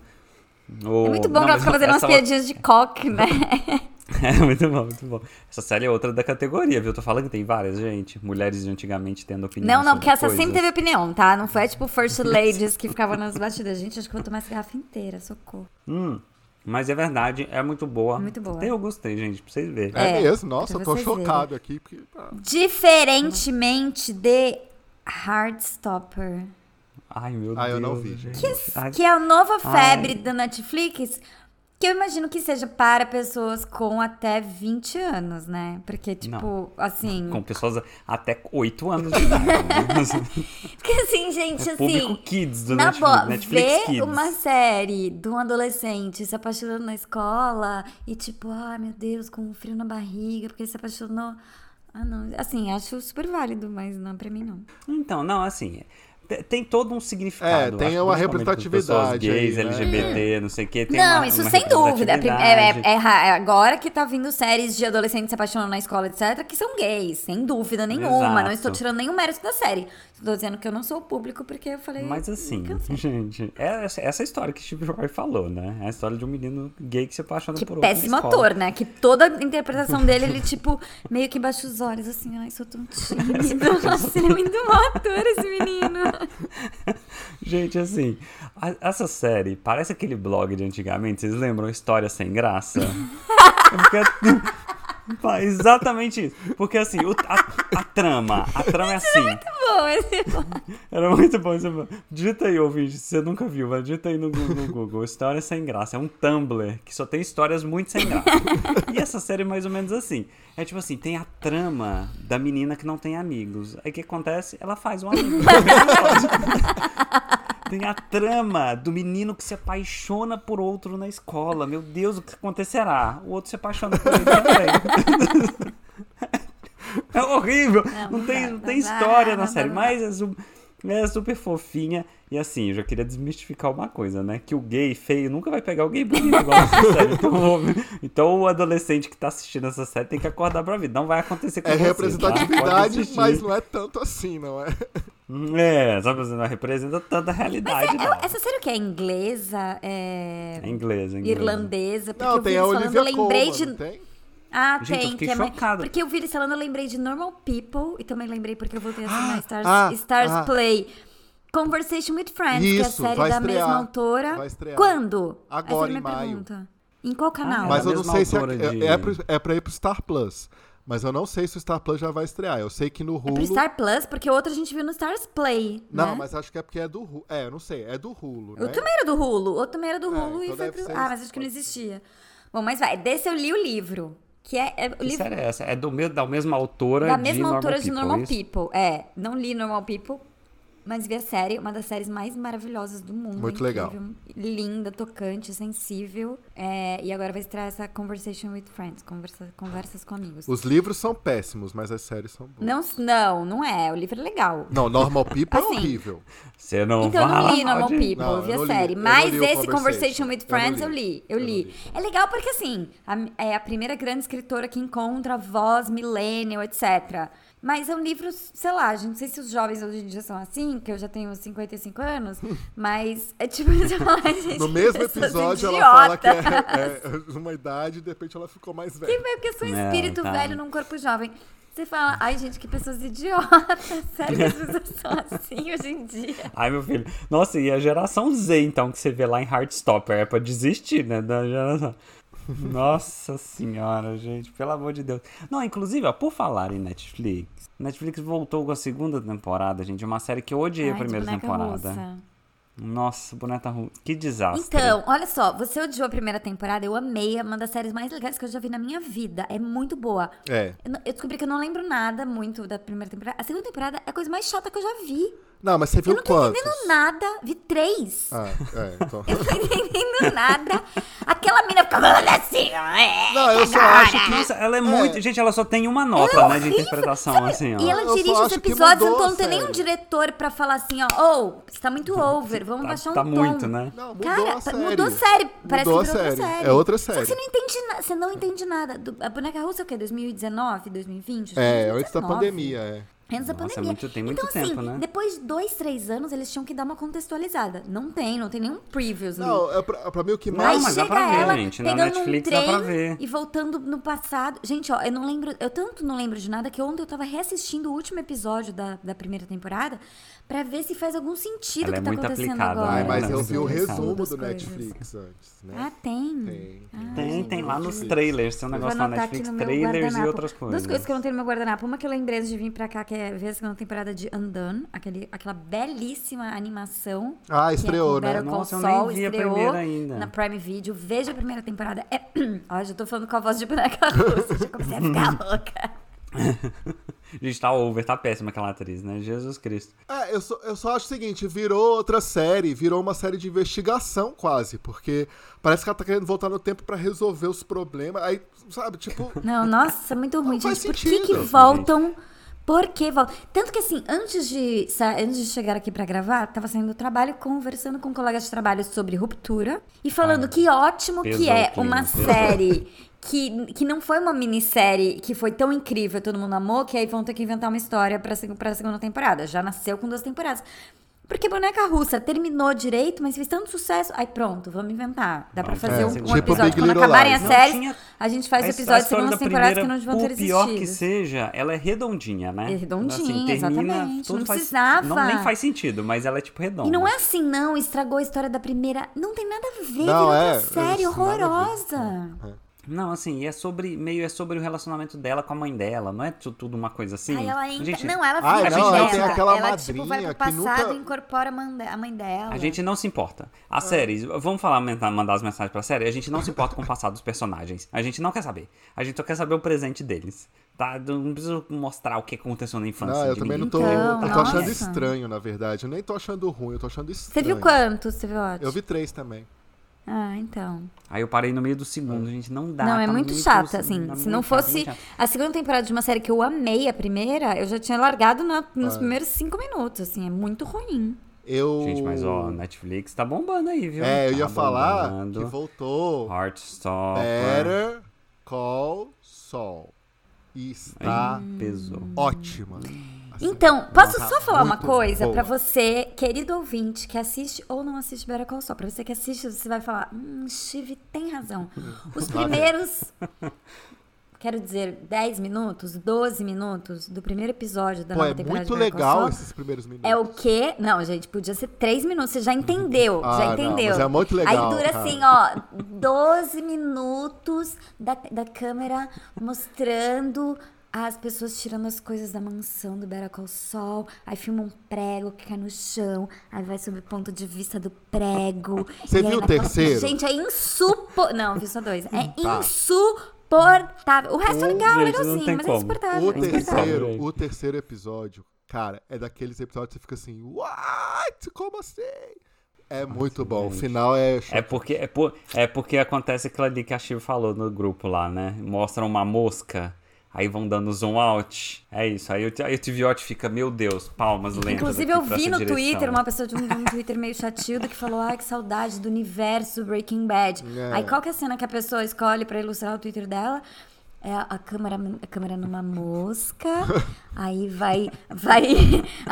[SPEAKER 3] Ou-
[SPEAKER 2] É muito bom
[SPEAKER 3] Não,
[SPEAKER 2] que ela
[SPEAKER 3] mas
[SPEAKER 2] fica fazendo umas
[SPEAKER 3] essa
[SPEAKER 2] piadinhas de coque, né?
[SPEAKER 3] É muito bom, muito bom. Essa série é outra da categoria, viu? Tô falando que tem várias, gente. Mulheres de antigamente tendo opinião.
[SPEAKER 2] Não, não, porque essa
[SPEAKER 3] sobre
[SPEAKER 2] sempre teve
[SPEAKER 3] coisas.
[SPEAKER 2] opinião, tá? Não foi tipo First Ladies que ficavam nas batidas. Gente, acho que eu vou tomar essa garrafa inteira, socorro.
[SPEAKER 3] Hum, mas é verdade, é muito boa.
[SPEAKER 2] Muito boa.
[SPEAKER 3] Até eu gostei, gente, pra vocês verem.
[SPEAKER 1] É,
[SPEAKER 2] É,
[SPEAKER 1] mesmo, nossa,
[SPEAKER 2] pra
[SPEAKER 1] eu tô
[SPEAKER 2] vocês verem.
[SPEAKER 1] chocado aqui. Porque, ah,
[SPEAKER 2] Diferentemente de Heartstopper,
[SPEAKER 3] Ai, meu Deus.
[SPEAKER 1] Ah, eu não vi, gente.
[SPEAKER 3] Ai,
[SPEAKER 2] que é a nova
[SPEAKER 3] Ai.
[SPEAKER 2] febre da Netflix, que eu imagino que seja para pessoas com até 20 anos, né? Porque, tipo, assim.
[SPEAKER 3] Com pessoas até 8 anos de idade. né?
[SPEAKER 2] Porque, assim, gente,
[SPEAKER 3] Público
[SPEAKER 2] assim.
[SPEAKER 3] Kids do
[SPEAKER 2] Na
[SPEAKER 3] Netflix,
[SPEAKER 2] boa,
[SPEAKER 3] Netflix
[SPEAKER 2] ver
[SPEAKER 3] Kids.
[SPEAKER 2] uma série de um adolescente se apaixonando na escola e tipo, ah, meu Deus, com um frio na barriga, porque se apaixonou. Ah, não. Assim, acho super válido, mas não pra mim, não.
[SPEAKER 3] Então, não, assim, te- tem todo um significado.
[SPEAKER 1] É, tem
[SPEAKER 3] acho,
[SPEAKER 1] uma
[SPEAKER 3] principalmente com
[SPEAKER 1] representatividade
[SPEAKER 3] Pessoas gays,
[SPEAKER 1] aí, né?
[SPEAKER 3] LGBT, não sei o quê. tem
[SPEAKER 2] É. não,
[SPEAKER 3] uma-
[SPEAKER 2] isso
[SPEAKER 3] uma
[SPEAKER 2] sem dúvida. É prim- É,
[SPEAKER 3] representatividade.
[SPEAKER 2] é- é ra- é agora que tá vindo séries de adolescentes se apaixonando na escola, etc., que são gays, sem dúvida nenhuma. Não
[SPEAKER 3] Exato.
[SPEAKER 2] estou tirando nenhum mérito da série. Estou dizendo que eu não sou o público, porque eu falei.
[SPEAKER 3] Mas assim,
[SPEAKER 2] cansei.
[SPEAKER 3] gente, é essa, essa história que Steve Roy falou, né? É a história de um menino gay que se apaixona
[SPEAKER 2] Que
[SPEAKER 3] por outro. na
[SPEAKER 2] péssimo
[SPEAKER 3] escola.
[SPEAKER 2] ator, né? Que toda a interpretação dele, ele, tipo, meio que baixa os olhos, assim, ai, sou tão tímido. Nossa, ele é muito mau ator, esse menino.
[SPEAKER 3] Gente, assim, a- essa série parece aquele blog de antigamente, vocês lembram? História sem graça? Porque- Pá, Exatamente isso. Porque assim, o- a, a trama, a trama é assim.
[SPEAKER 2] Tá Bom, esse...
[SPEAKER 3] Era muito bom. Você... Digita aí, ouvinte, se você nunca viu, vai digita aí no Google, no Google, História Sem Graça. É um Tumblr que só tem histórias muito sem graça. e essa série é mais ou menos assim. É tipo assim, tem a trama da menina que não tem amigos. Aí o que acontece? Ela faz um amigo. Tem a trama do menino que se apaixona por outro na escola. Meu Deus, o que acontecerá? O outro se apaixona por ele também. é horrível. Não,
[SPEAKER 2] não
[SPEAKER 3] tem,
[SPEAKER 2] dá,
[SPEAKER 3] não
[SPEAKER 2] não dá,
[SPEAKER 3] tem história
[SPEAKER 2] não
[SPEAKER 3] na
[SPEAKER 2] dá,
[SPEAKER 3] série,
[SPEAKER 2] não dá.
[SPEAKER 3] mas é, su- é super fofinha. E assim, eu já queria desmistificar uma coisa, né? Que o gay feio nunca vai pegar o gay bonito igual essa série. Então, então o adolescente que tá assistindo essa série tem que acordar pra vida. Não vai acontecer com
[SPEAKER 1] É
[SPEAKER 3] você, tá? Pode
[SPEAKER 1] representatividade,
[SPEAKER 3] assistir.
[SPEAKER 1] mas não é tanto assim, não é?
[SPEAKER 3] É, sabe, você não representa tanta
[SPEAKER 2] É,
[SPEAKER 3] realidade. não.
[SPEAKER 2] eu- essa série o que é inglesa? É...
[SPEAKER 3] É inglês, é inglês.
[SPEAKER 2] Irlandesa? Porque
[SPEAKER 1] Não,
[SPEAKER 2] eu vi
[SPEAKER 1] tem a
[SPEAKER 2] eles falando,
[SPEAKER 1] Olivia
[SPEAKER 2] eu lembrei
[SPEAKER 1] Colman,
[SPEAKER 2] de...
[SPEAKER 1] não tem?
[SPEAKER 2] Ah,
[SPEAKER 3] Gente, eu
[SPEAKER 2] tem.
[SPEAKER 3] fiquei
[SPEAKER 2] que é mais-
[SPEAKER 3] chocado.
[SPEAKER 2] Porque eu vi eles falando, eu lembrei de Normal People e também lembrei porque eu voltei a assinar
[SPEAKER 1] Ah,
[SPEAKER 2] Stars,
[SPEAKER 1] ah,
[SPEAKER 2] Stars
[SPEAKER 1] ah.
[SPEAKER 2] Play. Conversation with Friends,
[SPEAKER 1] Isso,
[SPEAKER 2] que é a série
[SPEAKER 1] vai
[SPEAKER 2] da
[SPEAKER 1] estrear.
[SPEAKER 2] mesma autora.
[SPEAKER 1] Vai estrear.
[SPEAKER 2] Quando?
[SPEAKER 1] Agora,
[SPEAKER 2] Essa é a
[SPEAKER 1] em
[SPEAKER 2] minha
[SPEAKER 1] maio.
[SPEAKER 2] pergunta. Em qual canal?
[SPEAKER 3] Ah, é
[SPEAKER 1] Mas
[SPEAKER 3] da
[SPEAKER 1] eu não
[SPEAKER 3] mesma
[SPEAKER 1] sei se é,
[SPEAKER 3] autora de-
[SPEAKER 1] é, é, pro- é pra ir pro Star Plus. Mas eu não sei se o Star Plus já vai estrear. Eu sei que no
[SPEAKER 2] É
[SPEAKER 1] Hulu.
[SPEAKER 2] pro Star Plus, porque o outro a gente viu no Stars Play.
[SPEAKER 1] Não,
[SPEAKER 2] né?
[SPEAKER 1] mas acho que é porque é do Hulu. É, eu não sei. É do Hulu,
[SPEAKER 2] O
[SPEAKER 1] né?
[SPEAKER 2] também era do Rulo. O também era do
[SPEAKER 1] É,
[SPEAKER 2] Rulo e
[SPEAKER 1] então
[SPEAKER 2] foi
[SPEAKER 1] deve
[SPEAKER 2] pro.
[SPEAKER 1] ser
[SPEAKER 2] Ah,
[SPEAKER 1] isso,
[SPEAKER 2] mas acho que não
[SPEAKER 1] pode ser.
[SPEAKER 2] existia. Bom, mas vai. Desse eu li o livro. Que é. é o
[SPEAKER 3] Que
[SPEAKER 2] livro
[SPEAKER 3] série é essa? É do mesmo, da mesma autora
[SPEAKER 2] da
[SPEAKER 3] de
[SPEAKER 2] mesma
[SPEAKER 3] Normal
[SPEAKER 2] autora de
[SPEAKER 3] People,
[SPEAKER 2] Normal
[SPEAKER 3] é isso?
[SPEAKER 2] People. É, não li Normal People, mas vi a série, uma das séries mais maravilhosas do mundo.
[SPEAKER 1] Muito legal.
[SPEAKER 2] incrível, Linda, tocante, sensível. É, e agora vai estrear essa Conversation with Friends conversa, conversas com amigos.
[SPEAKER 1] Os livros são péssimos, mas as séries são boas.
[SPEAKER 2] Não, não, não é. O livro é legal.
[SPEAKER 1] Não, Normal People é
[SPEAKER 2] Assim,
[SPEAKER 1] horrível.
[SPEAKER 3] Você não
[SPEAKER 2] Então eu
[SPEAKER 3] vai
[SPEAKER 2] não li
[SPEAKER 3] lá,
[SPEAKER 2] Normal
[SPEAKER 3] gente.
[SPEAKER 2] People,
[SPEAKER 1] Não,
[SPEAKER 2] eu vi
[SPEAKER 1] eu
[SPEAKER 2] a
[SPEAKER 1] não li.
[SPEAKER 2] série.
[SPEAKER 1] Eu não
[SPEAKER 2] Mas
[SPEAKER 1] li o
[SPEAKER 2] esse
[SPEAKER 1] Conversation.
[SPEAKER 2] Conversation
[SPEAKER 1] Eu
[SPEAKER 2] with
[SPEAKER 1] não
[SPEAKER 2] Friends eu
[SPEAKER 1] li.
[SPEAKER 2] li, eu
[SPEAKER 1] Eu não
[SPEAKER 2] li.
[SPEAKER 1] li.
[SPEAKER 2] É legal porque assim, a- é a primeira grande escritora que encontra a voz millennial, etc. Mas é um livro, sei lá, gente, não sei se os jovens hoje em dia são assim, que eu já tenho 55 anos, mas é tipo, sei lá, gente, é
[SPEAKER 1] No mesmo
[SPEAKER 2] pessoas
[SPEAKER 1] episódio, ela
[SPEAKER 2] idiotas.
[SPEAKER 1] fala que é, é uma idade e de repente ela ficou mais velha.
[SPEAKER 2] Sim, mas porque eu sou um
[SPEAKER 3] Não,
[SPEAKER 2] espírito
[SPEAKER 3] tá.
[SPEAKER 2] velho num corpo jovem. Você fala, ai gente, que pessoas idiotas, sério que as pessoas são assim hoje em dia.
[SPEAKER 3] Ai, meu filho. Nossa, e a geração Z, então, que você vê lá em Heartstopper. É pra desistir, né? Da geração. Nossa senhora, gente, pelo amor de Deus. Não, inclusive, ó, por falar em Netflix, Netflix voltou com a segunda temporada, gente. é Uma série que eu odiei
[SPEAKER 2] Ai,
[SPEAKER 3] a
[SPEAKER 2] de
[SPEAKER 3] primeira
[SPEAKER 2] boneca
[SPEAKER 3] temporada.
[SPEAKER 2] russa.
[SPEAKER 3] Nossa, boneca russa. Que desastre.
[SPEAKER 2] Então, olha só, você odiou a primeira temporada, eu amei, é uma das séries mais legais que eu já vi na minha vida. É muito boa.
[SPEAKER 1] É.
[SPEAKER 2] Eu não- eu descobri que eu não lembro nada muito da primeira temporada. A segunda temporada é a coisa mais chata que eu já vi.
[SPEAKER 1] Não, mas você
[SPEAKER 2] Eu
[SPEAKER 1] viu
[SPEAKER 2] não tô
[SPEAKER 1] quantos?
[SPEAKER 2] entendendo nada. Vi três.
[SPEAKER 1] Ah, é, então.
[SPEAKER 2] Não tô entendendo nada. Aquela mina ficava olha assim, é,
[SPEAKER 1] Não, eu só
[SPEAKER 2] agora.
[SPEAKER 1] acho que-
[SPEAKER 3] Nossa, ela é muito. Gente, ela só tem uma nota, né, de
[SPEAKER 2] horrível,
[SPEAKER 3] interpretação,
[SPEAKER 2] sabe?
[SPEAKER 3] assim, ó.
[SPEAKER 2] E
[SPEAKER 1] Eu
[SPEAKER 2] ela é
[SPEAKER 1] só
[SPEAKER 2] dirige os
[SPEAKER 1] acho que
[SPEAKER 2] episódios,
[SPEAKER 1] mudou
[SPEAKER 2] então
[SPEAKER 1] a
[SPEAKER 2] não tem nenhum
[SPEAKER 1] série.
[SPEAKER 2] diretor pra falar assim, ó, ô, você tá muito over, vamos
[SPEAKER 3] Tá,
[SPEAKER 2] baixar um
[SPEAKER 3] tá
[SPEAKER 2] tom.
[SPEAKER 3] muito, né?
[SPEAKER 1] Não, mudou
[SPEAKER 2] Cara,
[SPEAKER 1] a
[SPEAKER 2] tá-
[SPEAKER 1] série.
[SPEAKER 2] mudou a série, parece
[SPEAKER 1] Mudou
[SPEAKER 2] que
[SPEAKER 1] a
[SPEAKER 2] virou
[SPEAKER 1] série,
[SPEAKER 2] outra série.
[SPEAKER 1] é outra
[SPEAKER 2] Só que você
[SPEAKER 1] série.
[SPEAKER 2] não entende nada, você não entende nada. Do- a Boneca Russa é o quê? 2019, 2020? Acho que
[SPEAKER 1] É, antes da
[SPEAKER 2] 2019.
[SPEAKER 1] pandemia, é.
[SPEAKER 2] Antes da
[SPEAKER 3] Nossa, é
[SPEAKER 2] pandemia.
[SPEAKER 3] muito- tem muito
[SPEAKER 2] então, assim,
[SPEAKER 3] tempo, né?
[SPEAKER 2] depois de dois, três anos, eles tinham que dar uma contextualizada. Não tem, não tem nenhum previews. no-
[SPEAKER 1] Não, é pra, pra mim o que
[SPEAKER 3] Não,
[SPEAKER 1] mais.
[SPEAKER 2] Aí
[SPEAKER 3] mas dá
[SPEAKER 2] chega
[SPEAKER 3] pra ver,
[SPEAKER 2] ela
[SPEAKER 3] gente. Na
[SPEAKER 2] pegando
[SPEAKER 3] Netflix
[SPEAKER 2] um
[SPEAKER 3] dá
[SPEAKER 2] trem
[SPEAKER 3] pra ver.
[SPEAKER 2] e voltando no passado. Gente, ó, eu não lembro, eu tanto não lembro de nada que ontem eu tava reassistindo o último episódio da, da primeira temporada pra ver se faz algum sentido o
[SPEAKER 3] Ela
[SPEAKER 2] que
[SPEAKER 3] é
[SPEAKER 2] tá
[SPEAKER 3] muito
[SPEAKER 2] acontecendo
[SPEAKER 3] aplicada,
[SPEAKER 2] agora.
[SPEAKER 1] Ai,
[SPEAKER 3] né?
[SPEAKER 1] mas é
[SPEAKER 3] Não,
[SPEAKER 1] eu vi o
[SPEAKER 3] não sabe.
[SPEAKER 1] resumo
[SPEAKER 2] Das
[SPEAKER 1] do
[SPEAKER 2] coisas.
[SPEAKER 1] Netflix antes, né?
[SPEAKER 2] Ah, tem.
[SPEAKER 1] Tem, tem.
[SPEAKER 2] Ah,
[SPEAKER 3] Tem, tem lá nos
[SPEAKER 1] Netflix.
[SPEAKER 3] trailers. Tem um
[SPEAKER 2] Vou
[SPEAKER 3] negócio na
[SPEAKER 2] anotar aqui
[SPEAKER 3] Netflix,
[SPEAKER 2] no meu
[SPEAKER 3] trailers e
[SPEAKER 2] guardanapo.
[SPEAKER 3] outras coisas.
[SPEAKER 2] Duas coisas que eu não tenho no meu guardanapo. Uma que eu lembrei antes de vir pra cá, que é ver a segunda temporada de Undone. Aquele, aquela belíssima animação.
[SPEAKER 1] Ah,
[SPEAKER 2] que é
[SPEAKER 1] estreou,
[SPEAKER 2] com
[SPEAKER 1] né?
[SPEAKER 2] Better Call
[SPEAKER 3] Nossa, eu nem
[SPEAKER 2] Saul,
[SPEAKER 3] vi a
[SPEAKER 2] estreou
[SPEAKER 3] primeira ainda.
[SPEAKER 2] Na Prime Video. Veja a primeira temporada. É... Ó, já tô falando com a voz de boneca russa. Já comecei a ficar louca.
[SPEAKER 3] Gente, tá over, tá péssima aquela atriz, né? Jesus Cristo.
[SPEAKER 1] É, eu só, eu só acho o seguinte, virou outra série, virou uma série de investigação quase, porque parece que ela tá querendo voltar no tempo pra resolver os problemas. Aí, sabe, tipo,
[SPEAKER 2] Não, nossa, é muito ruim.
[SPEAKER 1] Não faz
[SPEAKER 2] gente, por que,
[SPEAKER 1] sentido.
[SPEAKER 2] que
[SPEAKER 3] Uhum.
[SPEAKER 1] Não,
[SPEAKER 2] voltam? Por que voltam? Tanto que assim, antes de, sa- antes de chegar aqui pra gravar, tava saindo do trabalho conversando com colegas de trabalho sobre ruptura e falando que ótimo que
[SPEAKER 3] Ah, pesou
[SPEAKER 2] é
[SPEAKER 3] o clima,
[SPEAKER 2] uma
[SPEAKER 3] pesou.
[SPEAKER 2] série que, que não foi uma minissérie que foi tão incrível, todo mundo amou, que aí vão ter que inventar uma história pra, seg- pra segunda temporada. Já nasceu com duas temporadas. Porque Boneca Russa terminou direito, mas fez tanto sucesso. Aí pronto, vamos inventar. Dá pra
[SPEAKER 3] Vamos
[SPEAKER 2] fazer um,
[SPEAKER 3] fazer.
[SPEAKER 2] um
[SPEAKER 3] Tipo
[SPEAKER 2] episódio.
[SPEAKER 1] Big
[SPEAKER 2] Quando
[SPEAKER 1] Little
[SPEAKER 2] acabarem as
[SPEAKER 1] Lies. né?
[SPEAKER 3] Não,
[SPEAKER 2] séries,
[SPEAKER 3] tinha-
[SPEAKER 2] a gente faz
[SPEAKER 3] A
[SPEAKER 2] o
[SPEAKER 3] his-
[SPEAKER 2] episódio
[SPEAKER 3] a
[SPEAKER 2] de segundas
[SPEAKER 3] história
[SPEAKER 2] temporadas
[SPEAKER 3] da
[SPEAKER 2] que não vão ter
[SPEAKER 3] primeira, Por pior que
[SPEAKER 2] existido.
[SPEAKER 3] seja, ela é redondinha, né?
[SPEAKER 2] É redondinha,
[SPEAKER 3] termina,
[SPEAKER 2] exatamente.
[SPEAKER 3] tudo
[SPEAKER 2] Não
[SPEAKER 3] faz-
[SPEAKER 2] precisava.
[SPEAKER 3] Não, nem faz sentido, mas ela é tipo redonda.
[SPEAKER 2] E não é assim, não. Estragou a história da primeira. Não tem nada a ver.
[SPEAKER 1] Não,
[SPEAKER 2] virou
[SPEAKER 1] é,
[SPEAKER 2] outra série
[SPEAKER 1] isso, nada a ver.
[SPEAKER 2] horrorosa.
[SPEAKER 3] Não, assim, e é sobre. Meio é sobre o relacionamento dela com a mãe dela. Não é tu- tudo uma coisa assim.
[SPEAKER 2] Aí ela entra.
[SPEAKER 3] Gente,
[SPEAKER 2] não, ela
[SPEAKER 1] Ah,
[SPEAKER 2] vira
[SPEAKER 3] não,
[SPEAKER 2] a
[SPEAKER 3] aí
[SPEAKER 2] mãe
[SPEAKER 3] tem
[SPEAKER 2] dela.
[SPEAKER 1] aquela
[SPEAKER 2] Ela, tipo, vai pro
[SPEAKER 1] madrinha que
[SPEAKER 2] passado
[SPEAKER 1] nunca-
[SPEAKER 2] e incorpora a man- a mãe dela.
[SPEAKER 3] A gente não se importa. A
[SPEAKER 2] Ah.
[SPEAKER 3] série, vamos falar, menta- mandar as mensagens pra série, a gente não se importa com o passado dos personagens. A gente não quer saber. A gente só quer saber o presente deles. Tá? Não preciso mostrar o que aconteceu na infância.
[SPEAKER 1] não, eu
[SPEAKER 3] de
[SPEAKER 1] também não tô,
[SPEAKER 3] ninguém.
[SPEAKER 2] Então,
[SPEAKER 1] eu tô achando
[SPEAKER 2] nossa.
[SPEAKER 1] estranho, na verdade. Eu nem tô achando ruim, eu tô achando
[SPEAKER 2] Você
[SPEAKER 1] estranho.
[SPEAKER 2] viu quantos? Você viu ótimo?
[SPEAKER 1] Eu vi três também.
[SPEAKER 2] Ah, então.
[SPEAKER 3] Aí eu parei no meio do segundo, gente. Não dá.
[SPEAKER 2] não, é
[SPEAKER 3] tá
[SPEAKER 2] muito, chata,
[SPEAKER 3] tá
[SPEAKER 2] assim.
[SPEAKER 3] muito
[SPEAKER 2] Se não
[SPEAKER 3] chato, muito
[SPEAKER 2] fosse
[SPEAKER 3] chato.
[SPEAKER 2] a segunda temporada de uma série que eu amei, a primeira, eu já tinha largado na- nos
[SPEAKER 1] Ah.
[SPEAKER 2] primeiros cinco minutos, assim. É muito ruim.
[SPEAKER 1] Eu.
[SPEAKER 3] Gente, mas ó, Netflix tá bombando aí, viu?
[SPEAKER 1] É, eu ia
[SPEAKER 3] Tá
[SPEAKER 1] falar
[SPEAKER 3] bombando.
[SPEAKER 1] que voltou
[SPEAKER 3] Heartstopper.
[SPEAKER 1] Better Call Saul. E está
[SPEAKER 3] Ai, pesou.
[SPEAKER 1] ótima. Assim,
[SPEAKER 2] Então, posso
[SPEAKER 1] tá
[SPEAKER 2] só falar uma
[SPEAKER 1] muito
[SPEAKER 2] coisa
[SPEAKER 1] boa.
[SPEAKER 2] pra você, querido ouvinte, que assiste ou não assiste Better Call Saul? Pra você que assiste, você vai falar, hum, Steve tem razão. Os
[SPEAKER 1] Lá vem.
[SPEAKER 2] primeiros, quero dizer, 10 minutos, 12 minutos do primeiro episódio da
[SPEAKER 1] Pô,
[SPEAKER 2] nova
[SPEAKER 1] é
[SPEAKER 2] temporada de
[SPEAKER 1] muito
[SPEAKER 2] Better Call
[SPEAKER 1] legal
[SPEAKER 2] Saul
[SPEAKER 1] esses primeiros minutos.
[SPEAKER 2] É o quê? Não, gente, podia ser 3 minutos, você já entendeu,
[SPEAKER 1] Ah,
[SPEAKER 2] já
[SPEAKER 1] não,
[SPEAKER 2] entendeu.
[SPEAKER 1] mas é muito legal,
[SPEAKER 2] Aí dura
[SPEAKER 1] cara.
[SPEAKER 2] assim, ó, 12 minutos da, da câmera mostrando as pessoas tirando as coisas da mansão do Better Call Sol. Aí filma um prego que cai no chão, aí vai sobre o ponto de vista do prego.
[SPEAKER 1] Você
[SPEAKER 2] e aí
[SPEAKER 1] viu o
[SPEAKER 2] na próxima-
[SPEAKER 1] terceiro? Tá.
[SPEAKER 2] Gente, é insuportável. Não, vi só dois. É insuportável. O resto é legal,
[SPEAKER 3] gente, não tem
[SPEAKER 2] legalzinho, mas é
[SPEAKER 3] como.
[SPEAKER 2] insuportável.
[SPEAKER 1] O
[SPEAKER 2] é insuportável.
[SPEAKER 1] terceiro,
[SPEAKER 3] Gente.
[SPEAKER 1] o terceiro episódio, cara, é daqueles episódios que você fica assim, what? Como assim? É muito bom. O final é.
[SPEAKER 3] É porque, é, por, é porque acontece aquilo ali que a Chivo falou no grupo lá, né? Mostram uma mosca, aí vão dando zoom out. É isso. Aí o, aí o TVOT fica, meu Deus, palmas lentas.
[SPEAKER 2] Inclusive,
[SPEAKER 3] aqui
[SPEAKER 2] eu
[SPEAKER 3] pra
[SPEAKER 2] vi
[SPEAKER 3] essa
[SPEAKER 2] no
[SPEAKER 3] direção. né?
[SPEAKER 2] Twitter uma pessoa de um, de um Twitter meio chatilda que falou: Ai, que saudade do universo Breaking Bad.
[SPEAKER 1] É.
[SPEAKER 2] Aí, qual que é a cena que a pessoa escolhe pra ilustrar o Twitter dela? É a, a câmera, a câmera numa mosca, aí vai, vai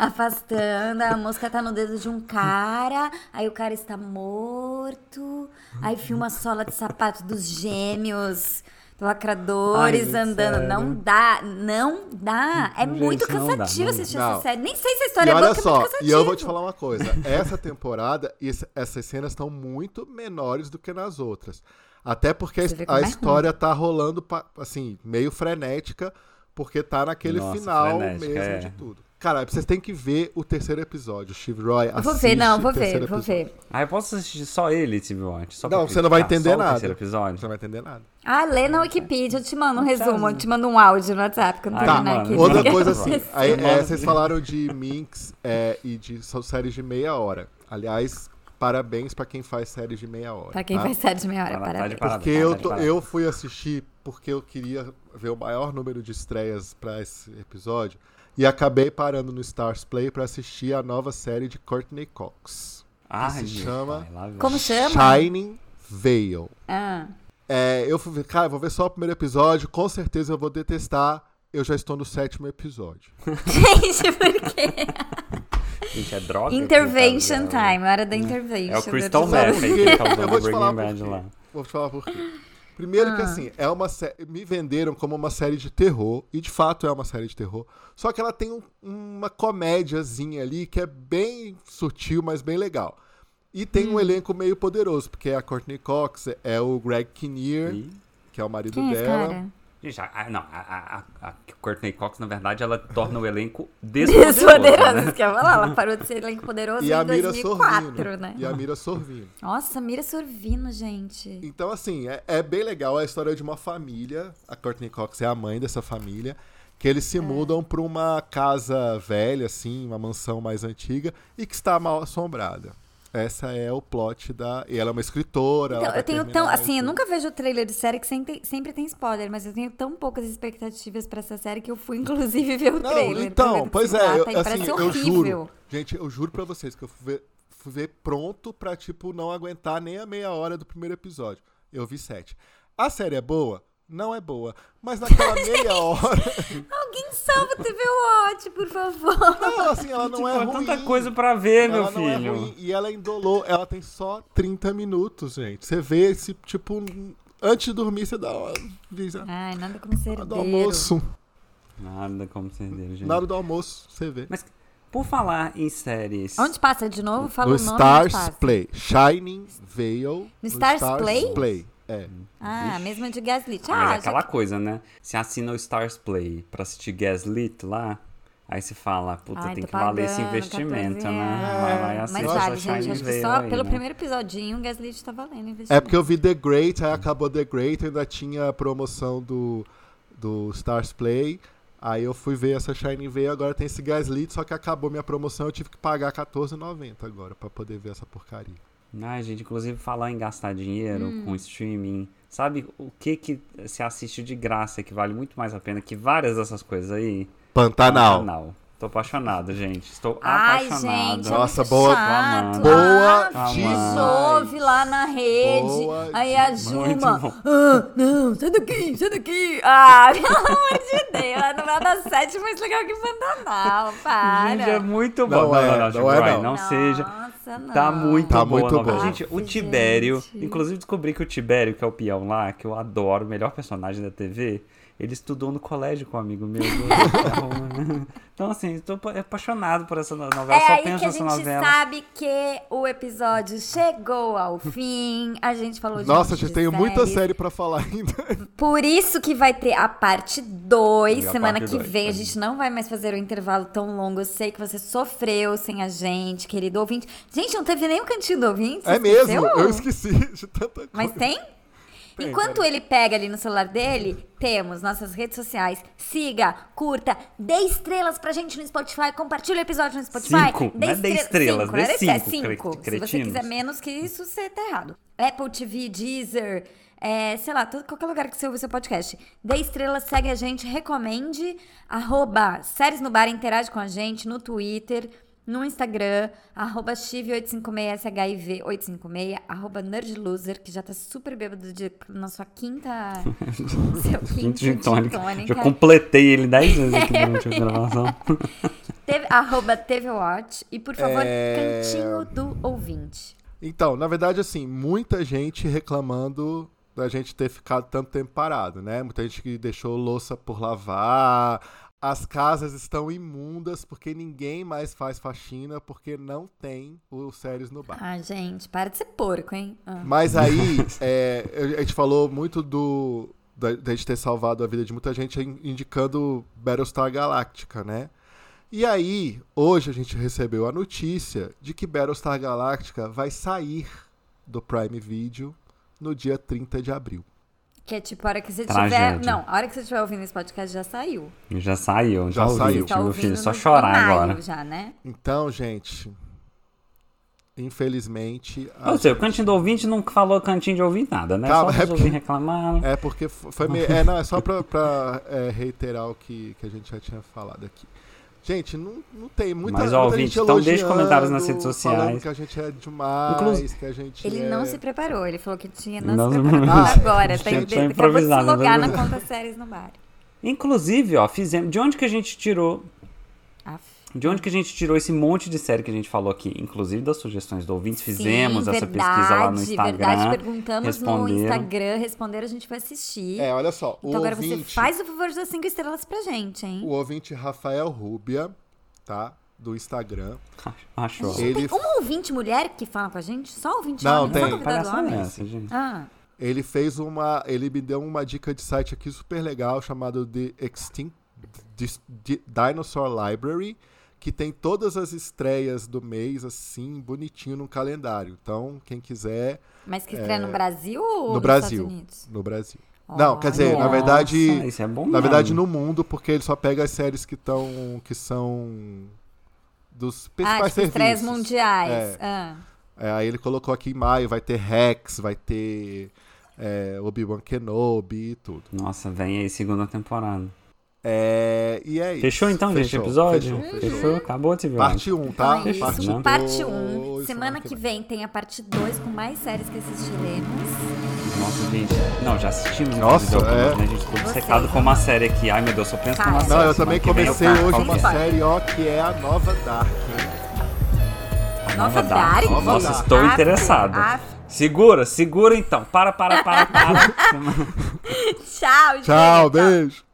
[SPEAKER 2] afastando, a mosca tá no dedo de um cara, aí o cara está morto, aí filma a sola de sapato dos gêmeos lacradores
[SPEAKER 3] Ai, gente,
[SPEAKER 2] andando.
[SPEAKER 3] sério.
[SPEAKER 2] Não dá, não dá. É
[SPEAKER 3] Gente,
[SPEAKER 2] muito
[SPEAKER 3] não dá,
[SPEAKER 2] cansativo
[SPEAKER 3] não dá.
[SPEAKER 2] assistir
[SPEAKER 1] Não.
[SPEAKER 2] essa série. Nem sei se a
[SPEAKER 1] E
[SPEAKER 2] história é boa,
[SPEAKER 1] olha
[SPEAKER 2] porque é
[SPEAKER 1] só,
[SPEAKER 2] muito cansativo.
[SPEAKER 1] e eu vou te falar uma coisa. Essa temporada, es- essas cenas estão muito menores do que nas outras. Até porque a,
[SPEAKER 2] Você vê como
[SPEAKER 1] a
[SPEAKER 2] é ruim.
[SPEAKER 1] história tá rolando, pa- assim, meio frenética, porque tá naquele
[SPEAKER 3] Nossa,
[SPEAKER 1] final
[SPEAKER 3] frenética,
[SPEAKER 1] mesmo
[SPEAKER 3] é.
[SPEAKER 1] de tudo. Cara, vocês têm que ver o terceiro episódio. Steve Roy,
[SPEAKER 2] Eu vou
[SPEAKER 1] assiste
[SPEAKER 2] ver, não,
[SPEAKER 1] o
[SPEAKER 2] vou ver,
[SPEAKER 1] terceiro
[SPEAKER 2] vou
[SPEAKER 1] episódio.
[SPEAKER 2] ver.
[SPEAKER 3] Ah, eu posso assistir só ele, TVOT? Só pra
[SPEAKER 1] Não, você não vai
[SPEAKER 3] criticar,
[SPEAKER 1] entender
[SPEAKER 3] só o
[SPEAKER 1] nada.
[SPEAKER 3] terceiro episódio?
[SPEAKER 1] Você não vai entender nada.
[SPEAKER 2] Ah, lê na Wikipedia, eu te mando um
[SPEAKER 3] Tá
[SPEAKER 2] resumo, eu te mando um áudio no WhatsApp que eu não
[SPEAKER 3] Ai,
[SPEAKER 1] Tá,
[SPEAKER 2] terminar aqui. né?
[SPEAKER 1] outra
[SPEAKER 3] Porque-
[SPEAKER 1] coisa assim. aí, é,
[SPEAKER 3] Nossa.
[SPEAKER 1] vocês falaram de Minx é, e de são séries de meia hora. Aliás, Parabéns pra quem faz séries de meia hora.
[SPEAKER 2] Pra quem
[SPEAKER 1] tá?
[SPEAKER 2] faz série de meia hora,
[SPEAKER 3] Para- tá de
[SPEAKER 2] parabéns.
[SPEAKER 3] parabéns.
[SPEAKER 1] Porque eu,
[SPEAKER 3] Parabéns,
[SPEAKER 1] tô-
[SPEAKER 3] parabéns.
[SPEAKER 1] eu fui assistir porque eu queria ver o maior número de estreias pra esse episódio e acabei parando no Stars Play pra assistir a nova série de Courtney Cox.
[SPEAKER 3] Ah,
[SPEAKER 1] se
[SPEAKER 3] gente,
[SPEAKER 1] chama-
[SPEAKER 3] vai lá ver.
[SPEAKER 2] Como chama?
[SPEAKER 1] Shining Veil.
[SPEAKER 2] Ah,
[SPEAKER 1] É, eu fui ver, cara, vou ver só o primeiro episódio, com certeza eu vou detestar. Eu já estou no sétimo episódio.
[SPEAKER 2] gente, por quê?
[SPEAKER 3] Gente, é droga. que
[SPEAKER 2] Intervention
[SPEAKER 3] tá fazendo.
[SPEAKER 2] time, hora da intervention.
[SPEAKER 3] É o
[SPEAKER 2] do
[SPEAKER 3] Crystal
[SPEAKER 2] episódio.
[SPEAKER 3] Meth. Tem que tá usando
[SPEAKER 1] eu vou te
[SPEAKER 3] Breaking
[SPEAKER 1] falar por
[SPEAKER 3] Bad
[SPEAKER 1] quê.
[SPEAKER 3] lá.
[SPEAKER 1] Vou te falar por quê. Primeiro
[SPEAKER 2] Ah.
[SPEAKER 1] que assim, é uma sé- me venderam como uma série de terror, e de fato é uma série de terror. Só que ela tem um- uma comédiazinha ali que é bem sutil, mas bem legal. E tem
[SPEAKER 2] Hum.
[SPEAKER 1] um elenco meio poderoso, porque é a Courtney Cox, é o Greg Kinnear,
[SPEAKER 3] Ih.
[SPEAKER 1] que é o marido
[SPEAKER 2] Quem é esse
[SPEAKER 1] dela.
[SPEAKER 2] cara?
[SPEAKER 3] Gente, a, a- não, a, a, a Courtney Cox, na verdade, ela torna o elenco despoderoso,
[SPEAKER 2] Poderoso,
[SPEAKER 3] né?
[SPEAKER 2] isso que eu ia falar. Ela parou de ser elenco poderoso
[SPEAKER 1] E
[SPEAKER 2] em
[SPEAKER 1] a Mira
[SPEAKER 2] 2004,
[SPEAKER 1] Sorvino.
[SPEAKER 2] né?
[SPEAKER 1] E a Mira Sorvino.
[SPEAKER 2] Nossa, Mira Sorvino, gente.
[SPEAKER 1] Então, assim, é, é bem legal a história de uma família. A Courtney Cox é a mãe dessa família. Que eles
[SPEAKER 2] É.
[SPEAKER 1] se mudam para uma casa velha, assim, uma mansão mais antiga, e que está mal assombrada. Essa é o plot da. E ela é uma escritora. ela
[SPEAKER 2] Então,
[SPEAKER 1] vai
[SPEAKER 2] eu tenho
[SPEAKER 1] terminar
[SPEAKER 2] tão. Assim, eu
[SPEAKER 1] esse-
[SPEAKER 2] nunca vejo trailer de série que sempre, sempre tem spoiler, mas eu tenho tão poucas expectativas pra essa série que eu fui, inclusive, ver o
[SPEAKER 1] Não,
[SPEAKER 2] trailer. pra ver do
[SPEAKER 1] então,
[SPEAKER 2] né? que
[SPEAKER 1] pois
[SPEAKER 2] se
[SPEAKER 1] é, eu,
[SPEAKER 2] trata, e
[SPEAKER 1] assim,
[SPEAKER 2] "Ah, tá parece
[SPEAKER 1] eu
[SPEAKER 2] horrível.
[SPEAKER 1] juro. Gente, eu juro pra vocês que eu fui ver, fui ver pronto pra, tipo, não aguentar nem a meia hora do primeiro episódio. Eu vi sete. A série é boa? Não é boa. Mas naquela meia hora.
[SPEAKER 2] Alguém salva o TV Watch, por favor.
[SPEAKER 1] Não, assim, ela não
[SPEAKER 3] Tipo,
[SPEAKER 1] é
[SPEAKER 3] é
[SPEAKER 1] ruim.
[SPEAKER 3] tanta coisa pra ver, meu
[SPEAKER 1] ela não é
[SPEAKER 3] filho.
[SPEAKER 1] ruim. E ela indolou. Ela tem só 30 minutos, gente. Você vê esse, tipo, antes de dormir, você dá uma. diz, ah,
[SPEAKER 2] Ai, nada como ser
[SPEAKER 1] na hora do almoço.
[SPEAKER 3] Nada como cerdeiro, gente.
[SPEAKER 1] Na hora do almoço, você vê.
[SPEAKER 3] Mas, por falar em séries...
[SPEAKER 2] Onde passa de novo? Fala
[SPEAKER 1] no
[SPEAKER 2] o nome onde
[SPEAKER 1] Stars
[SPEAKER 2] passa.
[SPEAKER 1] Play. Shining Veil. No,
[SPEAKER 2] Stars Play?
[SPEAKER 1] É.
[SPEAKER 3] Hum.
[SPEAKER 2] Ah, mesmo de Gaslit.
[SPEAKER 3] Mas
[SPEAKER 2] Ah,
[SPEAKER 3] é
[SPEAKER 2] já
[SPEAKER 3] aquela coisa, né? Você assina o Stars Play pra assistir Gaslit lá, aí você fala, puta,
[SPEAKER 2] Ai,
[SPEAKER 3] tem
[SPEAKER 2] tô
[SPEAKER 3] que valer esse
[SPEAKER 2] pagando,
[SPEAKER 3] investimento,
[SPEAKER 2] 14
[SPEAKER 3] né?
[SPEAKER 2] reais.
[SPEAKER 3] Vai
[SPEAKER 1] É,
[SPEAKER 3] lá e
[SPEAKER 2] Mas
[SPEAKER 3] assiste
[SPEAKER 2] vale,
[SPEAKER 3] o
[SPEAKER 2] gente.
[SPEAKER 3] Shining
[SPEAKER 2] Acho que
[SPEAKER 3] Veil
[SPEAKER 2] só
[SPEAKER 3] aí,
[SPEAKER 2] pelo
[SPEAKER 3] né?
[SPEAKER 2] primeiro episodinho o Gaslit tá valendo
[SPEAKER 1] É
[SPEAKER 2] investimento.
[SPEAKER 1] porque eu vi The Great, aí acabou The Great, ainda tinha a promoção do, do Stars Play. Aí eu fui ver essa Shining Veil, agora tem esse Gaslit, só que acabou minha promoção, eu tive que pagar R$14,90 agora pra poder ver essa porcaria.
[SPEAKER 3] Ai, gente, inclusive falar em gastar dinheiro
[SPEAKER 2] Hum.
[SPEAKER 3] com streaming. Sabe o que que se assiste de graça que vale muito mais a pena que várias dessas coisas aí?
[SPEAKER 1] Pantanal.
[SPEAKER 3] Pantanal. Tô apaixonado, gente. Estou
[SPEAKER 2] Ai,
[SPEAKER 3] apaixonado.
[SPEAKER 2] gente, é
[SPEAKER 1] Nossa,
[SPEAKER 2] muito
[SPEAKER 1] boa-
[SPEAKER 2] chato.
[SPEAKER 1] Boa
[SPEAKER 2] ah,
[SPEAKER 1] demais.
[SPEAKER 2] Resolve lá na rede.
[SPEAKER 1] Boa
[SPEAKER 2] aí a
[SPEAKER 1] demais.
[SPEAKER 2] Juma.
[SPEAKER 3] Muito
[SPEAKER 2] Ah, não, sai daqui, sai daqui. Ah, pelo amor de Deus. Não é da sete mais legal que Pantanal. Para.
[SPEAKER 3] Gente, é muito bom.
[SPEAKER 1] Não é, não
[SPEAKER 3] Chico,
[SPEAKER 1] é,
[SPEAKER 3] vai,
[SPEAKER 1] não.
[SPEAKER 3] não seja.
[SPEAKER 2] Nossa, não.
[SPEAKER 3] Tá muito
[SPEAKER 1] Tá
[SPEAKER 3] boa a
[SPEAKER 1] muito
[SPEAKER 3] novela.
[SPEAKER 1] boa.
[SPEAKER 3] Gente, o
[SPEAKER 2] Nossa,
[SPEAKER 3] Tibério.
[SPEAKER 2] Ah. gente.
[SPEAKER 3] Inclusive, descobri que o Tibério, que é o peão lá, que eu adoro, o melhor personagem da TV, ele estudou no colégio com um amigo meu. então, assim, estou apaixonado por essa no- novela.
[SPEAKER 2] É
[SPEAKER 3] Só
[SPEAKER 2] aí que
[SPEAKER 3] penso
[SPEAKER 2] a
[SPEAKER 3] nessa
[SPEAKER 2] gente
[SPEAKER 3] novela.
[SPEAKER 2] sabe que o episódio chegou ao fim. A gente falou de
[SPEAKER 1] Nossa,
[SPEAKER 2] um monte
[SPEAKER 1] gente,
[SPEAKER 2] de
[SPEAKER 1] tenho muita
[SPEAKER 2] séries.
[SPEAKER 1] série pra falar ainda.
[SPEAKER 2] Por isso que vai ter a parte 2
[SPEAKER 3] E a
[SPEAKER 2] semana
[SPEAKER 3] parte
[SPEAKER 2] que
[SPEAKER 3] dois, é
[SPEAKER 2] vem. A
[SPEAKER 3] sim.
[SPEAKER 2] gente não vai mais fazer um intervalo tão longo. Eu sei que você sofreu sem a gente, querido ouvinte. Gente, não teve nem o cantinho do ouvinte? você
[SPEAKER 1] É mesmo,
[SPEAKER 2] esqueceu?
[SPEAKER 1] eu esqueci de tanta coisa.
[SPEAKER 2] Mas tem?
[SPEAKER 1] Tem,
[SPEAKER 2] Enquanto ele pega ali no celular dele, temos nossas redes sociais. Siga, curta, dê estrelas pra gente no Spotify, compartilha o episódio no Spotify.
[SPEAKER 3] Cinco,
[SPEAKER 2] dê
[SPEAKER 3] não é dê estrelas,
[SPEAKER 2] cinco,
[SPEAKER 3] dê
[SPEAKER 2] não era isso, é
[SPEAKER 3] cinco, cre-
[SPEAKER 2] cinco. Se você
[SPEAKER 3] cretinos.
[SPEAKER 2] quiser menos que isso, você tá errado. Apple TV, Deezer, é, sei lá, todo, qualquer lugar que você ouve seu podcast. Dê estrelas, segue a gente, recomende. Arroba Séries no Bar, interage com a gente no Twitter no Instagram, arroba chive856shiv856, arroba nerdloser, que já tá super bêbado de, na sua quinta. seu quinto
[SPEAKER 3] Gin
[SPEAKER 2] gin
[SPEAKER 3] tônica.
[SPEAKER 2] tônica.
[SPEAKER 3] Já completei ele 10 vezes aqui durante a gravação.
[SPEAKER 2] Teve, arroba tvwatch. E por favor,
[SPEAKER 1] É.
[SPEAKER 2] cantinho do ouvinte.
[SPEAKER 1] Então, na verdade, assim, muita gente reclamando da gente ter ficado tanto tempo parado, né? Muita gente que deixou louça por lavar. As casas estão imundas porque ninguém mais faz faxina porque não tem o séries no bar.
[SPEAKER 2] Ah, gente, para de ser porco, hein? Ah.
[SPEAKER 1] Mas aí, é, eu- a gente falou muito do da, da gente ter salvado a vida de muita gente in- indicando Battlestar Galactica, né? E aí, hoje a gente recebeu a notícia de que Battlestar Galactica vai sair do Prime Video no dia 30 de abril.
[SPEAKER 2] Que é tipo, a hora que você
[SPEAKER 3] Tragédia.
[SPEAKER 2] tiver. Não, a hora que você estiver ouvindo esse podcast já saiu.
[SPEAKER 3] Já saiu,
[SPEAKER 1] Já
[SPEAKER 3] já, ouvi,
[SPEAKER 1] saiu.
[SPEAKER 3] tipo,
[SPEAKER 2] Tá
[SPEAKER 3] meu filho.
[SPEAKER 2] ouvindo
[SPEAKER 3] Só
[SPEAKER 2] no- em
[SPEAKER 3] chorar
[SPEAKER 2] maio
[SPEAKER 3] agora.
[SPEAKER 2] já, né?
[SPEAKER 1] Então, gente, Infelizmente. a
[SPEAKER 3] Ou seja, o cantinho do ouvinte não falou cantinho de ouvir nada, né?
[SPEAKER 1] Calma,
[SPEAKER 3] Só
[SPEAKER 1] Ah, é
[SPEAKER 3] os ouvintes
[SPEAKER 1] porque-
[SPEAKER 3] reclamaram.
[SPEAKER 1] É porque fo- foi meio. É, não, é só pra, pra, é, reiterar o que, que a gente já tinha falado aqui. Gente, não, não tem muita,
[SPEAKER 3] Mas, ó,
[SPEAKER 1] muita
[SPEAKER 3] ouvinte,
[SPEAKER 1] gente
[SPEAKER 3] então deixa
[SPEAKER 1] elogiando,
[SPEAKER 3] comentários nas redes sociais.
[SPEAKER 1] falando que a gente é demais,
[SPEAKER 3] Inclusive-
[SPEAKER 1] que a gente
[SPEAKER 2] Ele
[SPEAKER 1] é...
[SPEAKER 2] não se preparou, ele falou que tinha não,
[SPEAKER 3] Não
[SPEAKER 2] se
[SPEAKER 3] se
[SPEAKER 2] preparou
[SPEAKER 1] preparou.
[SPEAKER 2] agora.
[SPEAKER 1] Gente,
[SPEAKER 2] Tá, ele
[SPEAKER 3] tá
[SPEAKER 2] acabou de se
[SPEAKER 3] improvisado,
[SPEAKER 2] logar
[SPEAKER 3] né?
[SPEAKER 2] na conta séries no bar.
[SPEAKER 3] Inclusive, ó, fizemos. De onde que a gente tirou?
[SPEAKER 2] Aff.
[SPEAKER 3] De onde que a gente tirou esse monte de série que a gente falou aqui? Inclusive das sugestões do ouvinte, fizemos
[SPEAKER 2] Sim,
[SPEAKER 3] essa
[SPEAKER 2] verdade,
[SPEAKER 3] pesquisa lá no Instagram.
[SPEAKER 2] Verdade, perguntamos no
[SPEAKER 3] responderam.
[SPEAKER 2] Instagram, responderam, a gente vai assistir.
[SPEAKER 1] É, olha só, o
[SPEAKER 2] então agora
[SPEAKER 1] ouvinte,
[SPEAKER 2] você faz o favor das cinco estrelas pra gente, hein?
[SPEAKER 1] o ouvinte Rafael Rubia, tá? Do Instagram.
[SPEAKER 3] Ah, Achou.
[SPEAKER 1] Gente, Ele-
[SPEAKER 2] Tem um ouvinte mulher que fala com a gente? Só ouvinte
[SPEAKER 1] Não,
[SPEAKER 2] homem?
[SPEAKER 1] tem.
[SPEAKER 2] Só convidado
[SPEAKER 3] Palhaçada é
[SPEAKER 2] homem?
[SPEAKER 3] essa, gente.
[SPEAKER 2] Ah,
[SPEAKER 1] Ele fez uma. Ele me deu uma dica de site aqui super legal chamado The Extinct Dis- Di- Dinosaur Library, que tem todas as estreias do mês, assim, bonitinho no calendário. Então, quem quiser,
[SPEAKER 2] mas que estreia no Brasil ou
[SPEAKER 1] É. No
[SPEAKER 2] nos
[SPEAKER 1] Brasil.
[SPEAKER 2] Estados Unidos?
[SPEAKER 1] no Brasil. Não, quer dizer, na
[SPEAKER 3] Nossa,
[SPEAKER 1] verdade.
[SPEAKER 3] Isso é bom
[SPEAKER 1] Na
[SPEAKER 3] mesmo.
[SPEAKER 1] verdade, no mundo, porque ele só pega as séries que estão. que são. dos
[SPEAKER 2] Ah,
[SPEAKER 1] principais
[SPEAKER 2] tipo, estreias
[SPEAKER 1] serviços.
[SPEAKER 2] mundiais. Ah.
[SPEAKER 1] É, aí ele colocou aqui em maio, vai ter Rex, vai ter é, Obi-Wan Kenobi e tudo.
[SPEAKER 3] Nossa, vem aí segunda temporada.
[SPEAKER 1] É, e é isso.
[SPEAKER 3] Fechou então, gente, o episódio?
[SPEAKER 1] Fechou,
[SPEAKER 3] Fechou, Hum.
[SPEAKER 1] fechou.
[SPEAKER 3] acabou de ver.
[SPEAKER 1] Parte 1, um, tá?
[SPEAKER 2] Então é isso,
[SPEAKER 1] parte
[SPEAKER 3] né?
[SPEAKER 2] parte 1.
[SPEAKER 1] dois, é
[SPEAKER 2] Semana, que vem tem a parte 2 com mais séries que assistiremos.
[SPEAKER 3] Nossa, gente. Não, já assistimos.
[SPEAKER 1] Nossa,
[SPEAKER 3] inclusive,
[SPEAKER 1] é.
[SPEAKER 3] algumas, né? A gente ficou obcecado com uma série aqui. Ai, meu Deus, só penso
[SPEAKER 2] Cara.
[SPEAKER 3] numa
[SPEAKER 2] Não,
[SPEAKER 3] série.
[SPEAKER 1] Não, eu
[SPEAKER 3] Semana
[SPEAKER 1] também
[SPEAKER 3] que vem
[SPEAKER 1] comecei
[SPEAKER 3] falo
[SPEAKER 1] hoje
[SPEAKER 3] qual
[SPEAKER 1] uma
[SPEAKER 3] que é.
[SPEAKER 1] série, ó, que é a nova Dark. hein?
[SPEAKER 2] Nova
[SPEAKER 3] Nova
[SPEAKER 2] Dark.
[SPEAKER 3] Dark. Nossa, estou
[SPEAKER 2] After,
[SPEAKER 3] interessado.
[SPEAKER 2] after.
[SPEAKER 3] Segura, segura então. Para, para, para, para.
[SPEAKER 2] Tchau, gente.
[SPEAKER 1] Tchau, beijo.